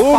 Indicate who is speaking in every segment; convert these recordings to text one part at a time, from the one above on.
Speaker 1: o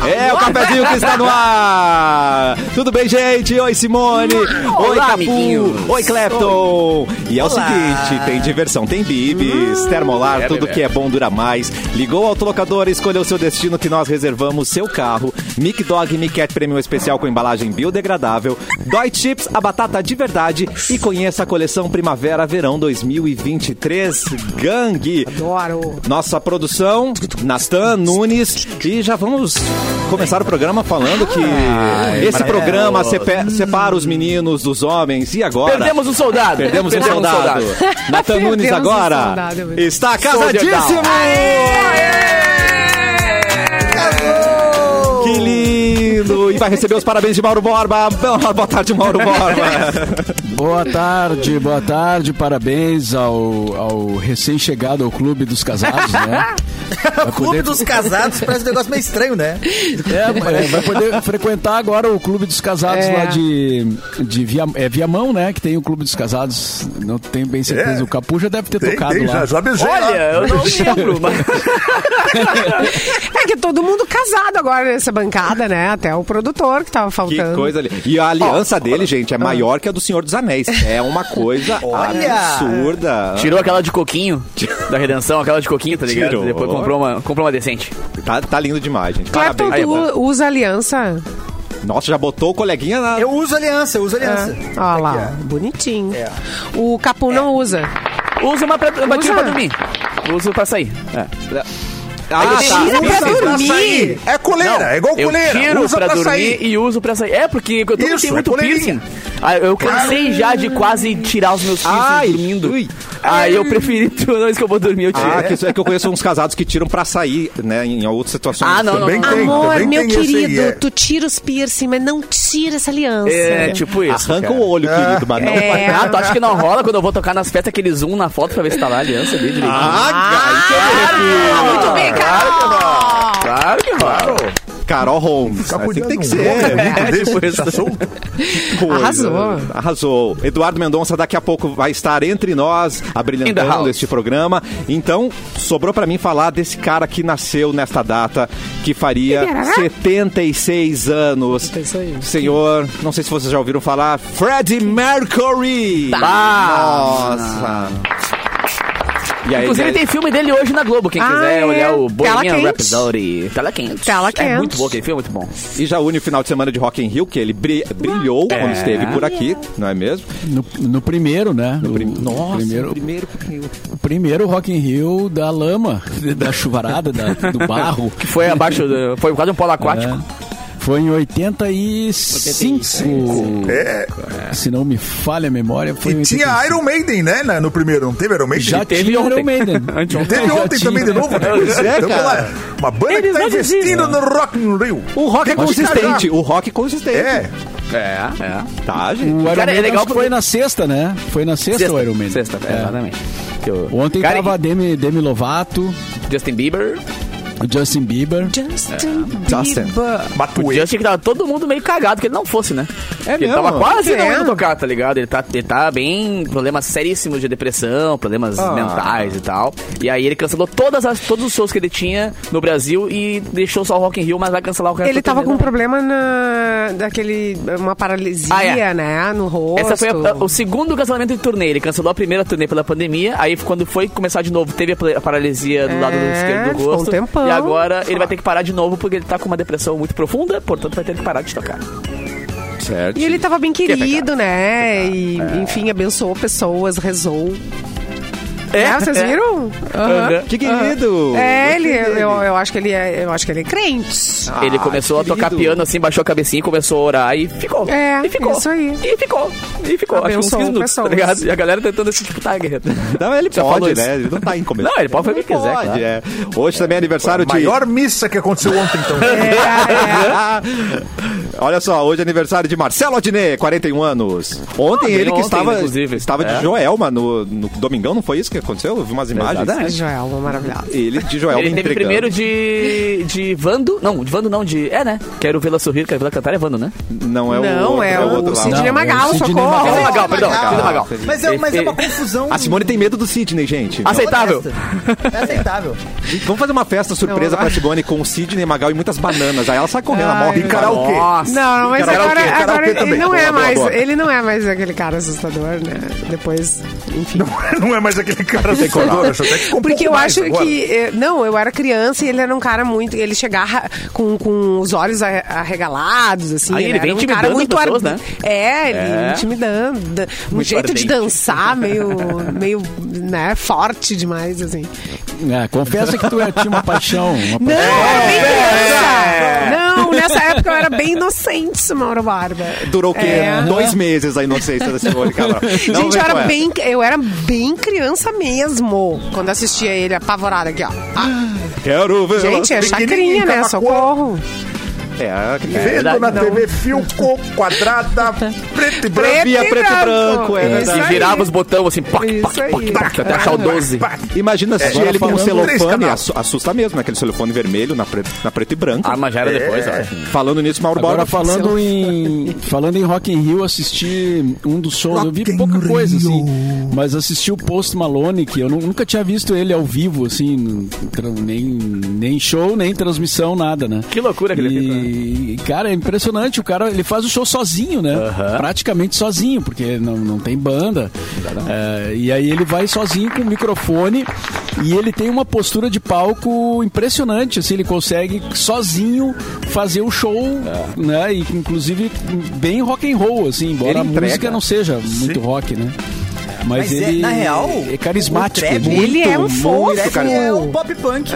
Speaker 1: É o cafezinho que está no ar. Tudo bem, gente? Oi, Simone. Oi,
Speaker 2: Olá, amiguinhos.
Speaker 1: Capu. Oi, Clapton. E é o
Speaker 2: Olá. Hum.
Speaker 1: seguinte, tem diversão, tem bibis, termolar,
Speaker 3: É,
Speaker 1: tudo
Speaker 3: bebê.
Speaker 1: que é bom dura mais. Ligou ao autolocador, escolheu seu destino que nós reservamos, seu carro. Mic Dog Mic Cat Premium Especial com embalagem biodegradável. Dói Chips, a batata de verdade. E conheça a coleção Primavera Verão 2023 Gangue.
Speaker 2: Adoro.
Speaker 1: Nossa produção, Nastan Nunes. E já vamos começar o programa falando que esse programa sepe- separa os meninos dos homens. E agora?
Speaker 3: Perdemos um soldado.
Speaker 1: Perdemos um soldado. Nathan
Speaker 2: Perdemos
Speaker 1: Nunes
Speaker 2: um
Speaker 1: agora
Speaker 2: soldado, meu Deus.
Speaker 1: está casadíssimo! Que lindo! E vai receber os parabéns de Mauro Borba. Boa tarde, Mauro Borba.
Speaker 4: Boa tarde, boa tarde, parabéns ao, ao recém-chegado ao Clube dos Casados, né?
Speaker 3: Tá
Speaker 4: Vai
Speaker 5: Clube
Speaker 4: poder,
Speaker 5: dos casados parece um negócio meio estranho, né?
Speaker 4: é, é, vai poder frequentar agora o Clube dos Casados
Speaker 2: É.
Speaker 4: lá de, de via, é Viamão, né? Que tem o Clube dos Casados, não tenho bem certeza.
Speaker 6: É.
Speaker 4: O Capu já deve ter
Speaker 6: Tem,
Speaker 3: Tá
Speaker 4: tocado
Speaker 6: tem,
Speaker 4: lá.
Speaker 6: já, já beijei lá.
Speaker 3: Olha, eu não lembro, mas
Speaker 2: É que todo mundo casado agora nessa bancada, né? Até o produtor que tava
Speaker 1: Que
Speaker 2: faltando.
Speaker 1: coisa ali. E a aliança dele, gente, é maior que a do Senhor dos Anéis. É uma coisa
Speaker 5: Olha!
Speaker 1: absurda.
Speaker 3: tirou aquela de coquinho da redenção, aquela de coquinho, tá ligado?
Speaker 1: Tirou.
Speaker 3: Depois comprou uma, comprou uma decente.
Speaker 1: Tá, tá lindo demais, gente.
Speaker 2: Clapton,
Speaker 1: Parabéns.
Speaker 2: tu usa aliança?
Speaker 1: Nossa, já botou o coleguinha na.
Speaker 5: Eu uso aliança, eu uso aliança.
Speaker 2: Olha
Speaker 3: é
Speaker 5: Aqui,
Speaker 2: lá,
Speaker 5: ó.
Speaker 2: bonitinho. O Capu não usa.
Speaker 3: Usa uma pra, uma
Speaker 2: Usa.
Speaker 3: tira pra dormir. Usa pra sair. É.
Speaker 1: Ah,
Speaker 2: Tira
Speaker 1: tá.
Speaker 2: é pra
Speaker 6: Pra
Speaker 2: dormir.
Speaker 6: sair. É coleira, é igual
Speaker 3: Eu
Speaker 6: coleira.
Speaker 3: tiro
Speaker 6: usa
Speaker 3: pra, dormir
Speaker 6: sair.
Speaker 3: e uso pra sair. É, porque eu tenho
Speaker 6: Isso, é
Speaker 3: muito
Speaker 6: coleirinha.
Speaker 3: piercing. Ah, eu cansei já de quase tirar os meus piercings
Speaker 1: Ai,
Speaker 3: dormindo.
Speaker 1: ui.
Speaker 3: Aí eu preferi, toda vez que eu vou dormir, eu tiro.
Speaker 1: Ah, que isso é é que eu conheço uns casados que tiram pra sair, né? Em outras situações.
Speaker 3: Ah, não, não,
Speaker 6: Também
Speaker 3: não.
Speaker 6: tem,
Speaker 2: Amor,
Speaker 6: também
Speaker 2: meu
Speaker 6: tem, eu sei,
Speaker 2: querido,
Speaker 6: é.
Speaker 2: tu tira os piercing, mas não tira essa aliança.
Speaker 3: É, tipo isso.
Speaker 1: Arranca
Speaker 3: cara.
Speaker 1: o olho, querido, mas não.
Speaker 2: É.
Speaker 3: Ah, tu acha que não rola quando eu vou tocar nas festas aquele zoom na foto pra ver se tá lá a aliança ali direitinho? Ah,
Speaker 2: Ah, muito bem, Carol.
Speaker 3: claro que rola.
Speaker 1: Carol Holmes. Assim que tem que ser.
Speaker 6: É,
Speaker 3: tipo isso.
Speaker 6: tá solto.
Speaker 1: Coisa.
Speaker 2: Arrasou.
Speaker 1: Arrasou. Eduardo Mendonça daqui a pouco vai estar entre nós,
Speaker 3: In the
Speaker 1: abrilhantando
Speaker 3: house.
Speaker 1: este programa. Então, sobrou pra mim falar desse cara que nasceu nesta data, que faria 76 anos.
Speaker 2: isso aí.
Speaker 1: Senhor, não sei se vocês já ouviram falar, Freddie Mercury.
Speaker 3: Tá.
Speaker 1: Nossa. E aí,
Speaker 3: Ah, Inclusive
Speaker 1: ele-
Speaker 3: tem filme dele hoje na Globo, quem
Speaker 2: Ah,
Speaker 3: quiser
Speaker 2: é.
Speaker 3: olhar o
Speaker 2: Tela
Speaker 3: Bohemian
Speaker 2: quente.
Speaker 3: Rhapsody. Tela quente.
Speaker 2: Tela
Speaker 3: É
Speaker 2: quente.
Speaker 3: muito bom aquele filme, muito bom.
Speaker 1: E já une o final de semana de Rock in Rio, que ele bri- brilhou quando esteve por aqui, não é mesmo?
Speaker 4: No, no primeiro, né? No
Speaker 1: Prim-
Speaker 4: primeiro,
Speaker 1: primeiro Rock in Rio.
Speaker 4: o primeiro Rock in Rio da lama, da chuvarada, da- do barro. É.
Speaker 3: Que foi abaixo do, Foi quase um polo aquático.
Speaker 4: Foi em 85.
Speaker 6: É,
Speaker 4: Se não me falha a memória, foi em
Speaker 6: e
Speaker 4: 85.
Speaker 6: tinha Iron Maiden, né? na- No primeiro, não teve Iron Maiden?
Speaker 4: Já
Speaker 3: teve
Speaker 4: teve
Speaker 3: ontem.
Speaker 4: Iron Maiden.
Speaker 6: Teve
Speaker 4: Já
Speaker 6: ontem
Speaker 4: tinha.
Speaker 6: também de novo, né?
Speaker 1: Pois é,
Speaker 6: Então,
Speaker 1: cara.
Speaker 6: olha lá, Uma banda
Speaker 3: Eles
Speaker 6: que tá
Speaker 3: não desistem,
Speaker 6: investindo
Speaker 3: né?
Speaker 6: no Rock in Rio.
Speaker 1: O rock é
Speaker 6: Acho que
Speaker 1: consistente,
Speaker 6: tá
Speaker 1: o rock é consistente.
Speaker 6: É,
Speaker 3: É, é.
Speaker 1: Tá, gente.
Speaker 4: O Iron
Speaker 3: Cara, é
Speaker 4: Maiden
Speaker 3: legal
Speaker 4: acho
Speaker 3: porque-
Speaker 4: que foi na sexta, né? Foi na sexta, o Iron Maiden.
Speaker 3: Sexta, é, exatamente. Que o-
Speaker 4: Ontem
Speaker 3: Cara,
Speaker 4: tava Demi, Demi Lovato,
Speaker 3: e Justin Bieber.
Speaker 4: o Justin Bieber.
Speaker 2: Justin
Speaker 1: Justin.
Speaker 2: Bieber.
Speaker 3: O
Speaker 6: Matuê.
Speaker 3: Justin que tava todo mundo meio cagado que ele não fosse, né?
Speaker 1: É
Speaker 3: ele
Speaker 1: mesmo?
Speaker 3: tava quase não
Speaker 2: É.
Speaker 3: indo tocar, tá ligado? Ele tá, ele tá bem. Problemas seríssimos de depressão, problemas
Speaker 2: Ah.
Speaker 3: mentais e tal. E aí ele cancelou todas as, todos os shows que ele tinha no Brasil e deixou só o Rock in Rio, mas vai cancelar o resto
Speaker 2: Ele
Speaker 3: todo
Speaker 2: tava com um
Speaker 3: dele.
Speaker 2: problema na, daquele, uma paralisia,
Speaker 3: Ah, é.
Speaker 2: né, no rosto.
Speaker 3: Essa foi a- o segundo cancelamento de turnê. Ele cancelou a primeira turnê pela pandemia. Aí, quando foi começar de novo, teve a pla- a paralisia do lado
Speaker 2: É,
Speaker 3: esquerdo do
Speaker 2: ficou um
Speaker 3: rosto.
Speaker 2: tempão.
Speaker 3: E agora ele vai ter que parar de novo porque ele tá com uma depressão muito profunda. Portanto, vai ter que parar de tocar.
Speaker 1: Certo.
Speaker 2: E ele tava bem
Speaker 3: é
Speaker 2: querido, né, e, enfim, abençoou pessoas, rezou.
Speaker 3: É,
Speaker 2: né, vocês
Speaker 3: é.
Speaker 2: viram? Aham.
Speaker 3: Aham.
Speaker 1: Que
Speaker 3: Ah.
Speaker 1: querido!
Speaker 2: É, ele,
Speaker 1: Gostei dele.
Speaker 2: eu, eu acho que ele é, eu acho que ele é crente.
Speaker 3: Ele
Speaker 1: Ah,
Speaker 3: começou a
Speaker 1: querido.
Speaker 3: tocar piano assim, baixou a cabecinha, começou a orar e ficou.
Speaker 2: É,
Speaker 3: e ficou.
Speaker 2: isso aí.
Speaker 3: E ficou. E ficou. Acho que uns
Speaker 2: Abençoou
Speaker 3: 15 minutos, tá
Speaker 2: pessoas.
Speaker 3: ligado? E a galera tentando assim, tipo, tá, guerreiro.
Speaker 1: Não, ele
Speaker 3: Já falou
Speaker 1: pode,
Speaker 3: isso.
Speaker 1: né? Ele não tá incomodado.
Speaker 3: Não, ele pode fazer o que quiser,
Speaker 1: Pode,
Speaker 3: claro.
Speaker 1: é. Hoje também é aniversário de...
Speaker 6: Maior missa que aconteceu ontem, então.
Speaker 1: Olha só, hoje é aniversário de Marcelo Adnet, 41 anos. Ontem
Speaker 3: Ah, bem
Speaker 1: ele que
Speaker 3: ontem,
Speaker 1: estava,
Speaker 3: inclusive.
Speaker 1: estava
Speaker 3: É.
Speaker 1: de Joelma no, no Domingão, não foi isso que aconteceu? Eu vi umas imagens.
Speaker 3: Exatamente.
Speaker 2: Joel, maravilhoso.
Speaker 1: Ele de
Speaker 5: é um
Speaker 1: Joel
Speaker 3: Ele
Speaker 1: me
Speaker 3: teve primeiro
Speaker 1: entregando.
Speaker 3: de, de Vando. Não, de Vando não, de. É, né? Quero vê-la sorrir, quero vê-la cantar, é Vando, né?
Speaker 1: Não, é o
Speaker 2: Não,
Speaker 1: outro,
Speaker 2: é
Speaker 1: o outro
Speaker 2: o
Speaker 1: lá.
Speaker 4: Não, é
Speaker 2: Sidney
Speaker 4: o
Speaker 2: Magal,
Speaker 4: Sidney
Speaker 2: socorro.
Speaker 4: Magal.
Speaker 3: Sidney Magal, perdão.
Speaker 5: Magal.
Speaker 3: Sidney Magal.
Speaker 5: Ah, Mas é, mas é uma confusão.
Speaker 1: A Simone tem medo do Sidney, gente.
Speaker 3: Ah, Aceitável.
Speaker 5: honesta. É aceitável.
Speaker 1: Vamos fazer uma festa surpresa
Speaker 2: Não, é.
Speaker 1: pra Simone com o Sidney Magal e muitas bananas. Aí ela sai correndo, ela
Speaker 2: Ai,
Speaker 1: morre.
Speaker 6: E karaokê.
Speaker 3: Nossa.
Speaker 2: Não, não, mas
Speaker 1: Karaokê,
Speaker 2: agora,
Speaker 1: karaokê
Speaker 2: agora ele
Speaker 1: também.
Speaker 2: não é
Speaker 1: Boa, boa,
Speaker 2: mais,
Speaker 1: boa.
Speaker 2: ele não é mais aquele cara assustador, né? Depois, enfim.
Speaker 6: Não é mais aquele cara assustador. Acho até que ficou um
Speaker 2: Porque
Speaker 6: pouco
Speaker 2: eu
Speaker 6: mais
Speaker 2: acho
Speaker 6: agora.
Speaker 2: que. eh, Não, eu era criança e ele era um cara muito. Ele chegava com, com os olhos arre- arregalados, assim.
Speaker 3: Aí ele
Speaker 2: era
Speaker 3: vem
Speaker 2: um
Speaker 3: intimidando
Speaker 2: cara muito
Speaker 3: as pessoas,
Speaker 2: ar-
Speaker 3: né?
Speaker 2: É, ele
Speaker 3: É.
Speaker 2: intimidando. da- Um
Speaker 3: Muito
Speaker 2: jeito de
Speaker 3: ardente.
Speaker 2: dançar meio, meio, né, forte demais, assim.
Speaker 4: É, confessa que tu é- tinha uma paixão. Uma
Speaker 2: Não,
Speaker 1: É.
Speaker 4: paixão.
Speaker 2: era bem criança! Não, nessa época eu era bem inocente, Mauro Barba.
Speaker 1: Durou o quê?
Speaker 2: É.
Speaker 1: Dois meses a inocência da Simone Cabral. Não
Speaker 2: Gente,
Speaker 1: vem
Speaker 2: eu
Speaker 1: com
Speaker 2: era,
Speaker 1: essa.
Speaker 2: bem, eu era bem criança mesmo quando assistia ele apavorada aqui, ó.
Speaker 1: Quero ver.
Speaker 2: Gente, é chacrinha, né? Socorro.
Speaker 1: É, é.
Speaker 6: Vendo
Speaker 3: verdade,
Speaker 6: na
Speaker 3: não.
Speaker 6: TV Filco, quadrada, preto e branco.
Speaker 1: Via é, preto e branco, é
Speaker 2: Isso
Speaker 1: verdade.
Speaker 3: E
Speaker 2: aí.
Speaker 3: girava os botões assim, poc,
Speaker 2: Isso
Speaker 3: poc,
Speaker 2: aí.
Speaker 3: poc, poc, até achar o 12.
Speaker 6: Pá,
Speaker 1: Imagina
Speaker 2: É,
Speaker 1: se
Speaker 6: Agora
Speaker 1: ele com um
Speaker 6: falando três
Speaker 1: celofane,
Speaker 6: canal.
Speaker 1: assu- assusta mesmo, né? Aquele celofane vermelho na, pre na preto e branco. É.
Speaker 3: Ah, mas já era depois, eu acho.
Speaker 1: Falando nisso, Mauro
Speaker 4: Agora
Speaker 1: Borba.
Speaker 4: falando em, falando em Rock in Rio, assisti um dos shows, eu vi
Speaker 6: Rock in
Speaker 4: pouca coisa,
Speaker 6: Rio.
Speaker 4: assim, mas assisti o Post Malone, que eu nu- nunca tinha visto ele ao vivo, assim, no- tra- nem, nem show, nem transmissão, nada, né?
Speaker 3: Que loucura que ele
Speaker 4: E, cara, é impressionante, o cara, ele faz o show sozinho, né? Praticamente sozinho, porque não, não tem banda. É, e aí ele vai sozinho com o microfone e ele tem uma postura de palco impressionante, assim, ele consegue sozinho fazer o show,
Speaker 3: É.
Speaker 4: né? E, inclusive bem rock and roll, assim, embora
Speaker 1: Ele
Speaker 4: a
Speaker 1: entrega.
Speaker 4: música não seja muito rock, né? Mas,
Speaker 5: Mas é-
Speaker 4: ele
Speaker 5: na real,
Speaker 4: é carismático.
Speaker 5: o trap-
Speaker 4: muito,
Speaker 2: Ele é um É.
Speaker 4: muito
Speaker 2: fofo.
Speaker 5: Trap
Speaker 4: carismático.
Speaker 5: é um pop punk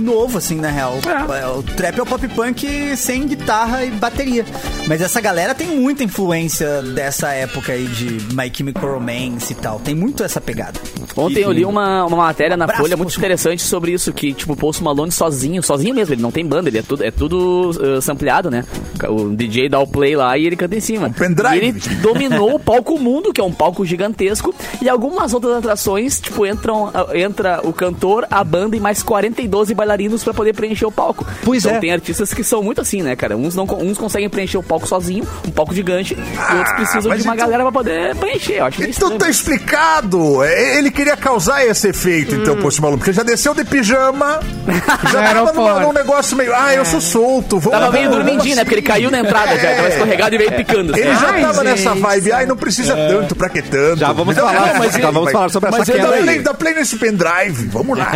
Speaker 5: novo, assim, na real. É, O trap é o pop punk sem guitarra e bateria. Mas essa galera tem muita influência dessa época aí de My Chemical Romance e tal. Tem muito essa pegada.
Speaker 3: Ontem eu li uma, uma matéria na
Speaker 5: Abraço,
Speaker 3: Folha muito
Speaker 5: Post
Speaker 3: interessante sobre isso, que, tipo, o Post Malone sozinho, sozinho mesmo, ele não tem banda, ele é tudo, é tudo uh, sampleado, né? O DJ dá o play lá e ele canta em cima.
Speaker 6: Um pendrive.
Speaker 3: E ele dominou o palco mundo, que é um palco gigantesco, e algumas outras atrações, tipo, entram, ah, entra o cantor, a banda e mais 42 bailarinos pra poder preencher o palco.
Speaker 1: Pois
Speaker 3: então,
Speaker 1: é.
Speaker 3: tem artistas que são muito assim, né, cara? Uns, não, co- uns conseguem preencher o palco sozinho, um palco gigante, e outros precisam
Speaker 6: mas
Speaker 3: de uma
Speaker 6: então-
Speaker 3: galera pra poder preencher. Eu acho meio
Speaker 6: Então
Speaker 3: É estranho.
Speaker 6: tá explicado. É, Ele queria causar esse efeito, então, Post Malone. Porque já desceu de pijama, já tava numa-
Speaker 2: aeroporto.
Speaker 6: num negócio meio. Ah, eu sou solto. Vou,
Speaker 3: Tava
Speaker 6: vou-
Speaker 3: meio
Speaker 6: vou
Speaker 3: dormidinho, né? Porque ele caiu na entrada já, tava escorregado e veio picando.
Speaker 6: Ele
Speaker 3: assim.
Speaker 6: já
Speaker 2: Ai,
Speaker 6: tava
Speaker 2: gente,
Speaker 6: nessa vibe. Ai, não precisa tanto, pra que tanto? Então,
Speaker 1: Já vamos falar,
Speaker 6: mas
Speaker 1: já vamos falar sobre
Speaker 6: mas
Speaker 1: essa
Speaker 6: dá,
Speaker 1: queda aí.
Speaker 6: play, dá play nesse pendrive. Vamos lá.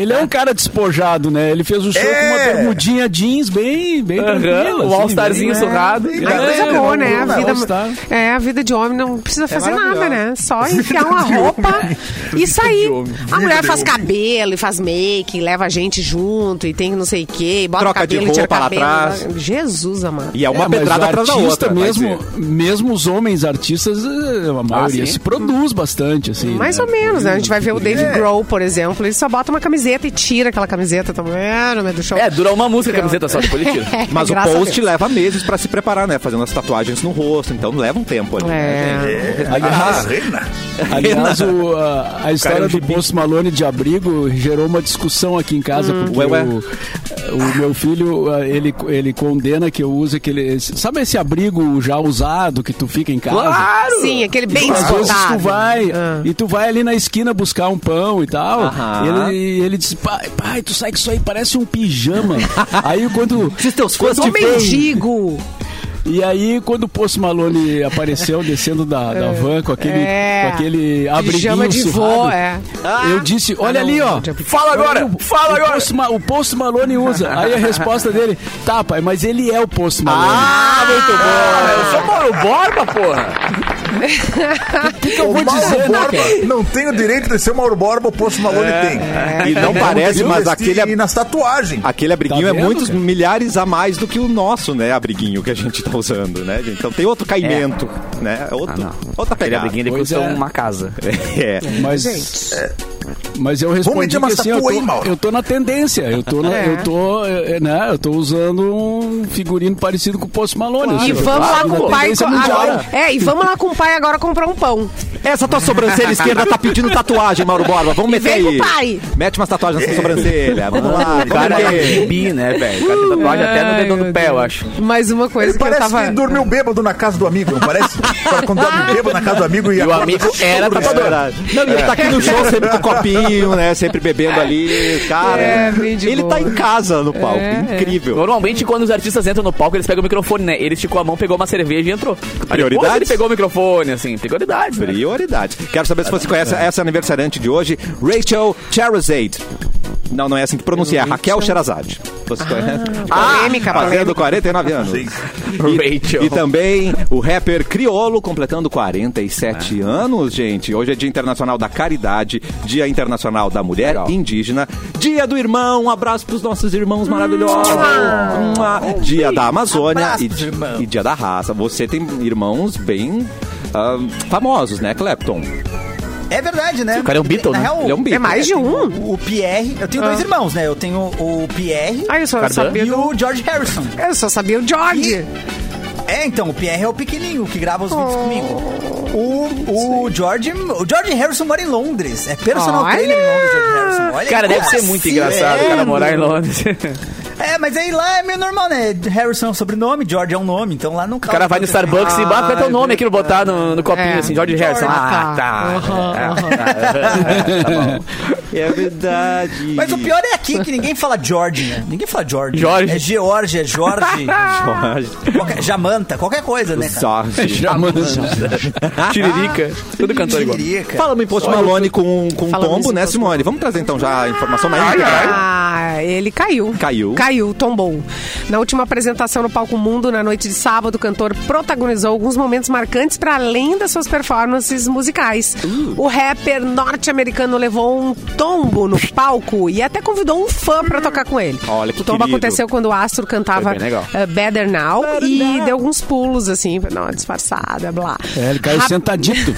Speaker 4: Ele é um cara despojado, né? Ele fez o show com uma
Speaker 6: É.
Speaker 4: bermudinha jeans bem, bem
Speaker 3: Aham,
Speaker 1: um
Speaker 4: tranquila. assim,
Speaker 3: o All-Starzinho
Speaker 4: bem- né?
Speaker 3: surrado.
Speaker 4: bem-
Speaker 3: Ah,
Speaker 2: Ah, coisa
Speaker 4: é,
Speaker 2: boa,
Speaker 4: não,
Speaker 2: né? A
Speaker 4: não,
Speaker 2: vida,
Speaker 4: All-Star.
Speaker 2: é, a vida de homem não precisa fazer nada,
Speaker 1: tá? É maravilhosa.
Speaker 2: né? Só enfiar uma roupa e sair.
Speaker 6: homem.
Speaker 2: A mulher
Speaker 6: Vida
Speaker 2: faz
Speaker 6: de homem.
Speaker 2: cabelo e faz make, e leva a gente junto e tem não sei o quê, e bota
Speaker 1: Troca de
Speaker 2: cabelo e tira
Speaker 1: roupa lá
Speaker 2: cabelo.
Speaker 1: atrás.
Speaker 2: Jesus, amado.
Speaker 1: E é uma
Speaker 4: É, mas
Speaker 1: pedrada
Speaker 4: o
Speaker 1: atrás da
Speaker 4: artista
Speaker 1: outra. vai
Speaker 4: mesmo,
Speaker 1: dizer. Ah,
Speaker 4: mesmo os homens artistas, eh, a maioria
Speaker 3: sim?
Speaker 4: se produz bastante, assim.
Speaker 2: Mais
Speaker 4: né?
Speaker 2: ou menos, né? A gente vai ver o Dave Grohl, por exemplo, ele só bota uma camiseta e tira aquela camiseta também, é, no meio do show.
Speaker 3: É, dura uma música a camiseta só, depois ele tira.
Speaker 1: Mas o
Speaker 2: Graças a
Speaker 1: post
Speaker 2: Deus.
Speaker 1: leva meses pra se preparar, né? Fazendo as tatuagens no rosto, então leva um tempo ali. né, gente?
Speaker 2: É.
Speaker 6: Ah, Reina.
Speaker 4: Aliás, o, a, a
Speaker 6: Cara,
Speaker 4: história
Speaker 6: é um
Speaker 4: do Post Malone de abrigo gerou uma discussão aqui em casa, porque
Speaker 1: Hum. Ué, ué.
Speaker 4: O, o meu filho, ah, ele, ele condena que eu use aquele... esse- Sabe esse abrigo já usado que tu fica em casa?
Speaker 2: Sim, aquele bem
Speaker 4: Às vezes
Speaker 2: desbotado.
Speaker 4: tu vai
Speaker 2: Ah.
Speaker 4: e tu vai ali na esquina buscar um pão e tal.
Speaker 1: Aham.
Speaker 4: E ele, e ele disse, pai, pai, tu sai com isso aí, parece um pijama. aí quando.
Speaker 1: Esses teus fãs
Speaker 4: quando
Speaker 2: Sou
Speaker 4: vem-
Speaker 2: mendigo.
Speaker 4: E aí, quando o Post Malone apareceu descendo da, da van com aquele,
Speaker 2: É.
Speaker 4: com aquele
Speaker 2: Pijama
Speaker 4: abriguinho
Speaker 2: de
Speaker 4: surrado,
Speaker 2: vô, é.
Speaker 4: eu disse, olha
Speaker 2: Ah,
Speaker 4: ali,
Speaker 2: não,
Speaker 4: ó.
Speaker 2: de-
Speaker 4: Fala agora, fala agora. O Post, Ma- o Post Malone usa. Aí a resposta dele, tá, pai, mas ele é o Post Malone.
Speaker 3: Ah, muito bom! Eu sou Mauro Borba, porra!
Speaker 4: o que, que eu vou
Speaker 6: O Mauro
Speaker 4: dizer, né,
Speaker 6: Borba
Speaker 4: cara?
Speaker 6: não tem o direito de ser o Mauro Borba, o Post Malone tem.
Speaker 1: E
Speaker 2: É, um
Speaker 1: não é. parece,
Speaker 6: Viu,
Speaker 1: mas
Speaker 6: vestir
Speaker 2: assim,
Speaker 1: aquele, é
Speaker 6: E nas tatuagens.
Speaker 1: aquele abriguinho
Speaker 4: Tá
Speaker 1: é
Speaker 4: vendo,
Speaker 1: muitos
Speaker 4: cara?
Speaker 1: milhares a mais do que o nosso, né? Abriguinho que a gente tá usando, né? gente? Então tem outro caimento,
Speaker 2: É.
Speaker 1: né? Outro,
Speaker 2: Ah,
Speaker 3: não.
Speaker 1: outra
Speaker 3: Aquele
Speaker 1: pegada.
Speaker 3: amiguinho ele
Speaker 4: Pois
Speaker 3: custou
Speaker 4: é.
Speaker 3: uma casa.
Speaker 1: É.
Speaker 4: Mas, é, mas eu respondi
Speaker 6: meter
Speaker 4: que
Speaker 6: umas
Speaker 4: assim, eu
Speaker 6: tatu aí,
Speaker 4: tô,
Speaker 6: Mauro.
Speaker 4: eu tô na tendência. Eu tô, na-
Speaker 2: É.
Speaker 4: eu tô, eh, né, eu tô usando um figurino parecido com o Post Malone.
Speaker 2: E
Speaker 4: assim, eu tô
Speaker 2: vamos lá
Speaker 4: na
Speaker 2: com o pai.
Speaker 4: tendência
Speaker 2: co-
Speaker 4: mundial. né?
Speaker 2: agora- é, e vamos lá com o pai agora comprar um pão.
Speaker 1: Essa tua sobrancelha esquerda tá pedindo tatuagem, Mauro Borba. Vamos meter
Speaker 2: vem com
Speaker 1: aí.
Speaker 2: o pai.
Speaker 1: Mete umas tatuagens na sua sobrancelha. Vamos lá.
Speaker 3: O cara é gibi, né, velho? O cara tem tatuagem até no dedo do pé, eu acho.
Speaker 2: Mais uma coisa
Speaker 6: Ele
Speaker 2: que eu
Speaker 6: parece
Speaker 2: tava.
Speaker 6: que dormiu bêbado na casa do amigo, não parece? Cara, Quando dorme bêbado na casa do amigo e
Speaker 3: E o
Speaker 6: acorda-
Speaker 3: amigo era tatuador.
Speaker 1: Não, e ele tá aqui no show sempre com copinho, né? Sempre bebendo ali. Cara,
Speaker 2: É, bem de
Speaker 1: ele
Speaker 2: boa. É.
Speaker 1: tá em casa no palco. Incrível.
Speaker 3: Normalmente, quando os artistas entram no palco, eles pegam o microfone, né? Ele esticou a mão, pegou uma cerveja e entrou.
Speaker 1: Prioridades.
Speaker 3: Depois ele pegou o microfone, assim. Prioridades, né?
Speaker 1: Prioridade. Quero saber se você conhece essa aniversariante de hoje, Rachel Charazade. Não, não é assim que pronuncia, é Raquel Charazade. Você conhece?
Speaker 2: Ah.
Speaker 1: Ah,
Speaker 2: polêmica,
Speaker 1: fazendo
Speaker 2: polêmica.
Speaker 1: 49 anos. E,
Speaker 3: Rachel.
Speaker 1: e também o rapper Criolo completando 47 anos, gente. Hoje é Dia Internacional da Caridade, Dia Internacional da Mulher Indígena, Dia do Irmão, um abraço pros nossos irmãos maravilhosos. Mua. Dia da Amazônia
Speaker 5: Abraço
Speaker 1: e,
Speaker 5: pros irmãos.
Speaker 1: e Dia da Raça. Você tem irmãos bem ah, famosos, né, Clapton?
Speaker 5: É verdade, né? O
Speaker 3: cara é um Beatle, né?
Speaker 1: Ele é um Beatle.
Speaker 2: É mais de um?
Speaker 5: O Pierre. Eu tenho dois irmãos, né? Eu tenho o Pierre
Speaker 2: Ah, eu só
Speaker 3: Cardan?
Speaker 2: sabia.
Speaker 5: e o George Harrison.
Speaker 2: Eu só sabia o George.
Speaker 5: É, então, o Pierre é o pequenininho que grava os vídeos comigo. O, o George. O George Harrison mora em Londres. É personal
Speaker 2: Olha!
Speaker 5: trainer em Londres, George Harrison. Olha
Speaker 3: Cara, deve
Speaker 5: como
Speaker 3: ser muito
Speaker 5: assim?
Speaker 3: engraçado o
Speaker 5: É,
Speaker 3: cara morar em Londres.
Speaker 5: É, mas aí lá é meio normal, né? Harrison é um sobrenome, George é um nome, então lá não
Speaker 3: O cara vai no Starbucks e bate teu nome aqui, botar no, no copinho,
Speaker 2: É.
Speaker 3: assim, George Harrison. Ah, tá.
Speaker 1: É verdade.
Speaker 5: Mas o pior é aqui que ninguém fala George, né? Ninguém fala George.
Speaker 3: Jorge.
Speaker 5: É George, é Jorge. qualquer, Jamanta, qualquer coisa, né? cara?
Speaker 1: Jorge.
Speaker 4: Chamando.
Speaker 3: Tiririca. Tudo cantor é igual.
Speaker 5: Tiririca.
Speaker 1: Falamos em Post Malone com, com um
Speaker 2: Falamos
Speaker 1: tombo,
Speaker 2: em
Speaker 1: né,
Speaker 2: Post
Speaker 1: Simone? Vamos trazer então já a informação na íntegra.
Speaker 2: Ah, ele caiu.
Speaker 1: Caiu.
Speaker 2: Caiu, tombou. Na última apresentação no Palco Mundo, na noite de sábado, o cantor protagonizou alguns momentos marcantes para além das suas performances musicais. O rapper norte-americano levou um tombo no palco e até convidou um fã para tocar com ele.
Speaker 1: Olha que
Speaker 2: o tombo
Speaker 1: querido.
Speaker 2: aconteceu quando o Astro cantava
Speaker 3: Foi bem legal.
Speaker 2: eh, Better Now e deu alguns pulos, assim, pra dar uma disfarçada, blá.
Speaker 4: É, ele caiu
Speaker 2: Rap-
Speaker 4: sentadito.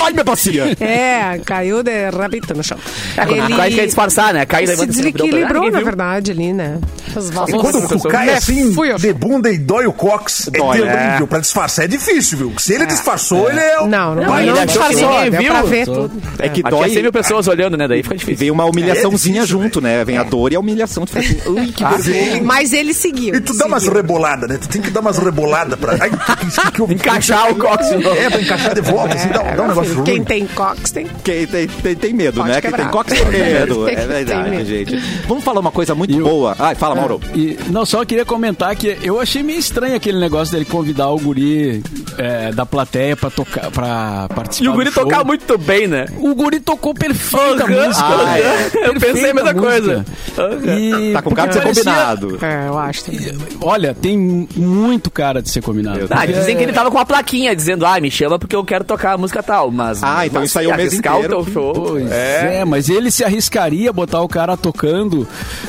Speaker 1: Olha minha bacia.
Speaker 2: É, caiu de rabito no chão.
Speaker 3: É, quando ele... quer disfarçar, né? Cai
Speaker 2: se
Speaker 3: levanta assim,
Speaker 2: desequilibrou,
Speaker 3: ninguém
Speaker 2: na
Speaker 3: viu.
Speaker 2: verdade, ali, né? Os
Speaker 6: E
Speaker 2: vasos.
Speaker 6: quando o cu cai
Speaker 2: É,
Speaker 6: assim,
Speaker 2: fui eu.
Speaker 6: de bunda e dói o cox,
Speaker 1: Dói,
Speaker 6: é terrível.
Speaker 1: né?
Speaker 6: Pra disfarçar é difícil, viu? Se ele disfarçou, ele é... o-
Speaker 2: Não, né? não, não,
Speaker 3: ele achou que
Speaker 2: disfarçou,
Speaker 3: ninguém
Speaker 2: deu
Speaker 3: viu.
Speaker 2: pra ver tudo.
Speaker 1: É que
Speaker 3: Aqui é
Speaker 1: dói.
Speaker 3: 100 mil pessoas olhando, né? Daí fica difícil.
Speaker 1: Vem uma humilhaçãozinha
Speaker 6: É difícil,
Speaker 1: junto, né? Vem a dor e a humilhação. Tu fica assim, ui, que
Speaker 3: Ah,
Speaker 1: vergonha.
Speaker 2: Mas ele seguiu.
Speaker 6: Tá E tu dá umas
Speaker 2: seguiu.
Speaker 6: reboladas, né? Tu tem que dar umas reboladas pra... Ai, que, que, que,
Speaker 3: um Encaixar o cox de novo.
Speaker 6: É, pra encaixar de volta, assim, dá, dá um negócio ruim.
Speaker 2: É, Quem tem cox tem.
Speaker 1: Quem tem, tem, tem medo,
Speaker 2: Pode
Speaker 1: né?
Speaker 2: quebrar.
Speaker 1: Quem tem cox tem medo.
Speaker 2: Tem-
Speaker 1: É verdade,
Speaker 2: tem medo.
Speaker 1: gente. Vamos falar uma coisa muito boa. Ai, fala, Mauro.
Speaker 4: E, não, só queria comentar que eu achei meio estranho aquele negócio dele convidar o guri é, da plateia pra, tocar, pra participar
Speaker 3: E o guri
Speaker 4: do show.
Speaker 3: tocar muito bem, né?
Speaker 4: O guri tocou perfeita a
Speaker 3: Aham,
Speaker 4: música.
Speaker 1: Ah,
Speaker 3: aham.
Speaker 1: é.
Speaker 4: Perfeita
Speaker 3: Eu pensei a mesma
Speaker 4: música.
Speaker 3: coisa.
Speaker 4: Ah, é. E
Speaker 1: Tá com cara de ser
Speaker 4: parecia-
Speaker 1: combinado.
Speaker 2: É, eu acho. também.
Speaker 4: Olha, tem muito cara de ser combinado.
Speaker 1: Eu-
Speaker 3: Ah, dizem que ele tava com uma plaquinha dizendo, ah, me chama porque eu quero tocar a música tal, mas...
Speaker 1: Ah, então
Speaker 3: mas
Speaker 1: isso aí é o mês
Speaker 3: arriscar
Speaker 1: inteiro.
Speaker 3: teu show.
Speaker 4: Pois
Speaker 3: é.
Speaker 4: é. mas ele se arriscaria a botar o cara tocando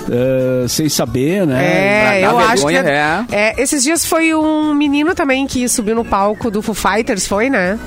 Speaker 4: eh, sem saber, né?
Speaker 2: É,
Speaker 3: Pra dar
Speaker 2: eu acho que.
Speaker 3: vergonha, né?
Speaker 2: é, esses dias foi um menino também que subiu no palco do Foo Fighters, foi, né?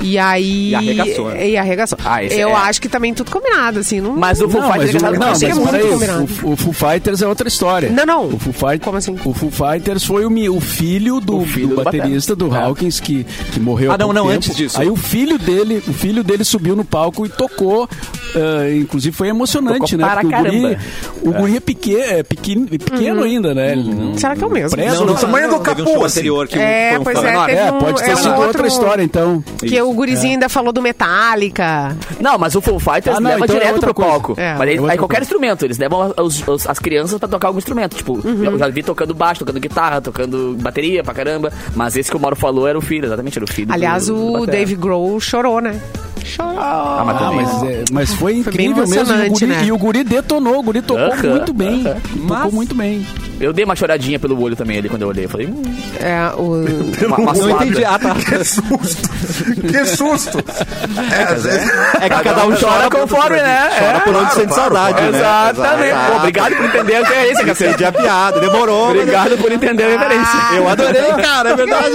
Speaker 2: E aí.
Speaker 1: E arregaçou, né?
Speaker 2: E arregaçou.
Speaker 3: Ah, esse
Speaker 2: eu
Speaker 3: é.
Speaker 2: acho que também tudo combinado, assim. Não,
Speaker 3: Mas o Foo
Speaker 4: Não, mas,
Speaker 3: Fighters...
Speaker 4: o,
Speaker 3: já
Speaker 4: não,
Speaker 3: tava-
Speaker 4: mas
Speaker 2: achei é muito
Speaker 4: peraí, né? o,
Speaker 2: combinado.
Speaker 4: Foo- o Foo Fighters é outra história.
Speaker 2: Não, não.
Speaker 4: O Foo, Fight-
Speaker 2: Como assim?
Speaker 4: o Foo Fighters foi o, mi- o filho do,
Speaker 3: O filho
Speaker 4: do
Speaker 3: do batera.
Speaker 4: baterista do
Speaker 3: É.
Speaker 4: Hawkins que, que morreu.
Speaker 1: Ah,
Speaker 4: há
Speaker 1: não,
Speaker 4: pouco
Speaker 1: não,
Speaker 4: tempo.
Speaker 1: antes disso.
Speaker 4: Aí o filho dele, o filho dele subiu no palco e tocou. eh, inclusive foi emocionante,
Speaker 3: Tocou
Speaker 4: né?
Speaker 3: para
Speaker 4: Porque o guri,
Speaker 3: caramba.
Speaker 4: o guri é pequeno, é pequeno, pequeno ainda, né? Ele não-
Speaker 2: Será que é o mesmo?
Speaker 4: Preso,
Speaker 1: não,
Speaker 4: não,
Speaker 1: não,
Speaker 6: tamanho
Speaker 1: não,
Speaker 6: do
Speaker 1: teve um
Speaker 6: capô,
Speaker 1: show
Speaker 6: assim.
Speaker 1: anterior que
Speaker 2: É,
Speaker 1: um- foi um
Speaker 2: pois
Speaker 1: fã.
Speaker 2: é, teve
Speaker 4: É,
Speaker 2: um-
Speaker 4: pode ter
Speaker 2: é um
Speaker 4: sido outra
Speaker 2: outro-
Speaker 4: história, então.
Speaker 2: Que o gurizinho ainda falou do Metallica.
Speaker 3: Não, mas o Foo Fighters
Speaker 4: Ah, não,
Speaker 3: leva
Speaker 4: então é
Speaker 3: direto
Speaker 4: outra
Speaker 3: pro
Speaker 4: coisa.
Speaker 3: palco.
Speaker 2: É,
Speaker 3: mas
Speaker 4: é
Speaker 3: ele-
Speaker 4: outra
Speaker 3: aí qualquer instrumento, eles levam os- os- as crianças pra tocar algum instrumento. Tipo, eu já vi tocando baixo, tocando guitarra, tocando bateria pra caramba. Mas esse que o Mauro falou era o filho, exatamente, era o filho. do-
Speaker 2: Aliás,
Speaker 3: do
Speaker 2: o
Speaker 3: batera.
Speaker 2: Dave Grohl chorou, né? Chorou.
Speaker 3: Ah, mas
Speaker 4: Ah,
Speaker 3: também.
Speaker 4: mas, é, mas foi
Speaker 2: bem
Speaker 4: incrível mesmo. E o,
Speaker 2: emocionante,
Speaker 4: guri,
Speaker 2: né?
Speaker 4: e o guri detonou, o guri tocou
Speaker 3: Aham,
Speaker 4: muito bem.
Speaker 3: aham.
Speaker 4: Tocou muito bem.
Speaker 3: Eu dei uma choradinha pelo olho também ali quando eu olhei. Eu falei, hum,
Speaker 2: É, o...
Speaker 3: uma, uma
Speaker 1: Não
Speaker 3: suada.
Speaker 1: entendi. Ah, tá.
Speaker 6: Que susto! Que susto! É, às vezes-
Speaker 1: É que cada um chora
Speaker 3: conforme, né?
Speaker 1: Chora por onde
Speaker 6: Claro,
Speaker 1: sente
Speaker 6: claro,
Speaker 1: saudade, né?
Speaker 3: Exatamente.
Speaker 1: Exato.
Speaker 3: Pô, obrigado por entender a referência,
Speaker 1: Entendi
Speaker 3: cacete.
Speaker 1: a piada. Demorou. mas-
Speaker 3: Obrigado por entender
Speaker 1: Ah,
Speaker 3: a referência.
Speaker 1: Eu adorei, cara, é verdade.